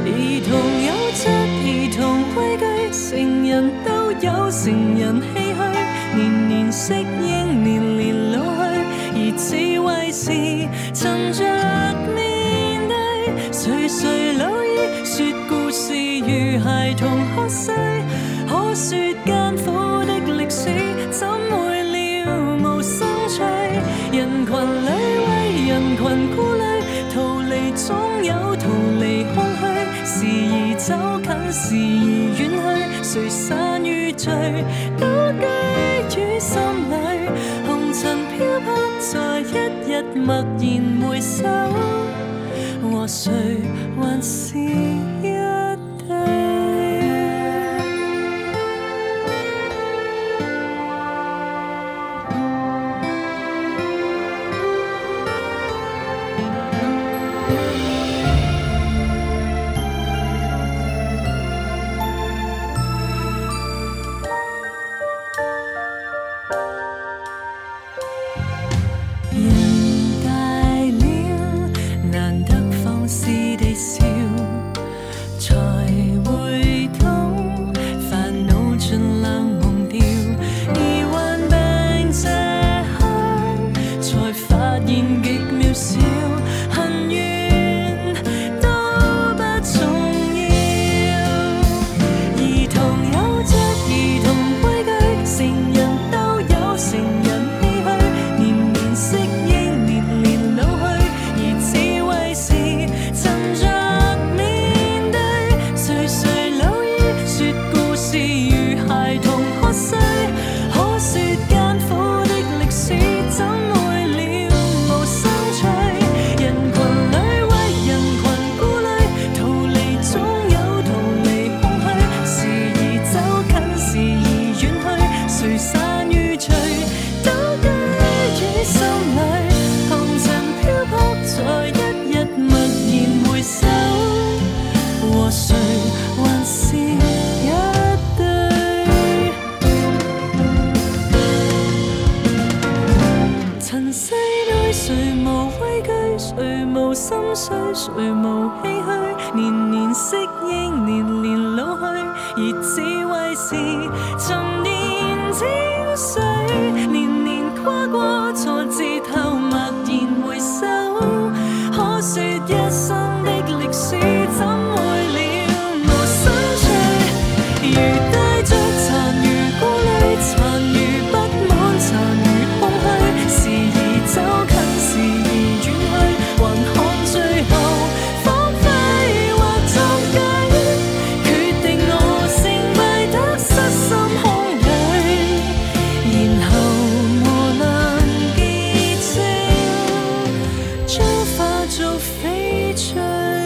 Speaker 13: 兒童有着兒童規矩，成人都有成人唏噓，年年適應，年年老去，而智慧是沉着面對。垂垂老矣，說故事如孩童喝水，可說艱苦的歷史，怎會了無生趣？人群裏為人群顧慮，逃離總有逃離空虛，時而走近，時而遠去，誰散與聚，都居於心裏。紅塵飄泊，在一日默然回首，和誰還是一對？人大了，難得放肆地笑，才會懂煩惱盡量忘掉。而患病這刻，才發現極渺小，恨怨都不重要。兒童有着兒童規矩，成人都有成人唏噓，年年適應，年年老去，而智慧是沉着面對。歲歲老矣，說故事如孩童喝水，可說艱苦的歷史，怎會了無生趣？人群裏為人群顧慮，逃離總有逃離空虛，時而走近，時而遠去，誰散與聚都居於心裏。紅塵漂泊，在一日默然回首，和誰還是一對？塵世裏誰無畏懼，誰無心碎，誰無唏噓，年年適應，年年老去，而智慧是沉澱清水，年年跨過挫折後默然回首，可說一生的歷史怎會了無生趣？如帶着殘餘顧慮，殘餘不滿，殘餘空虛，時而走近，時而遠去，還看最後荒廢或壯舉，決定我成敗得失心空虛，然後磨難結晶，將化作翡翠。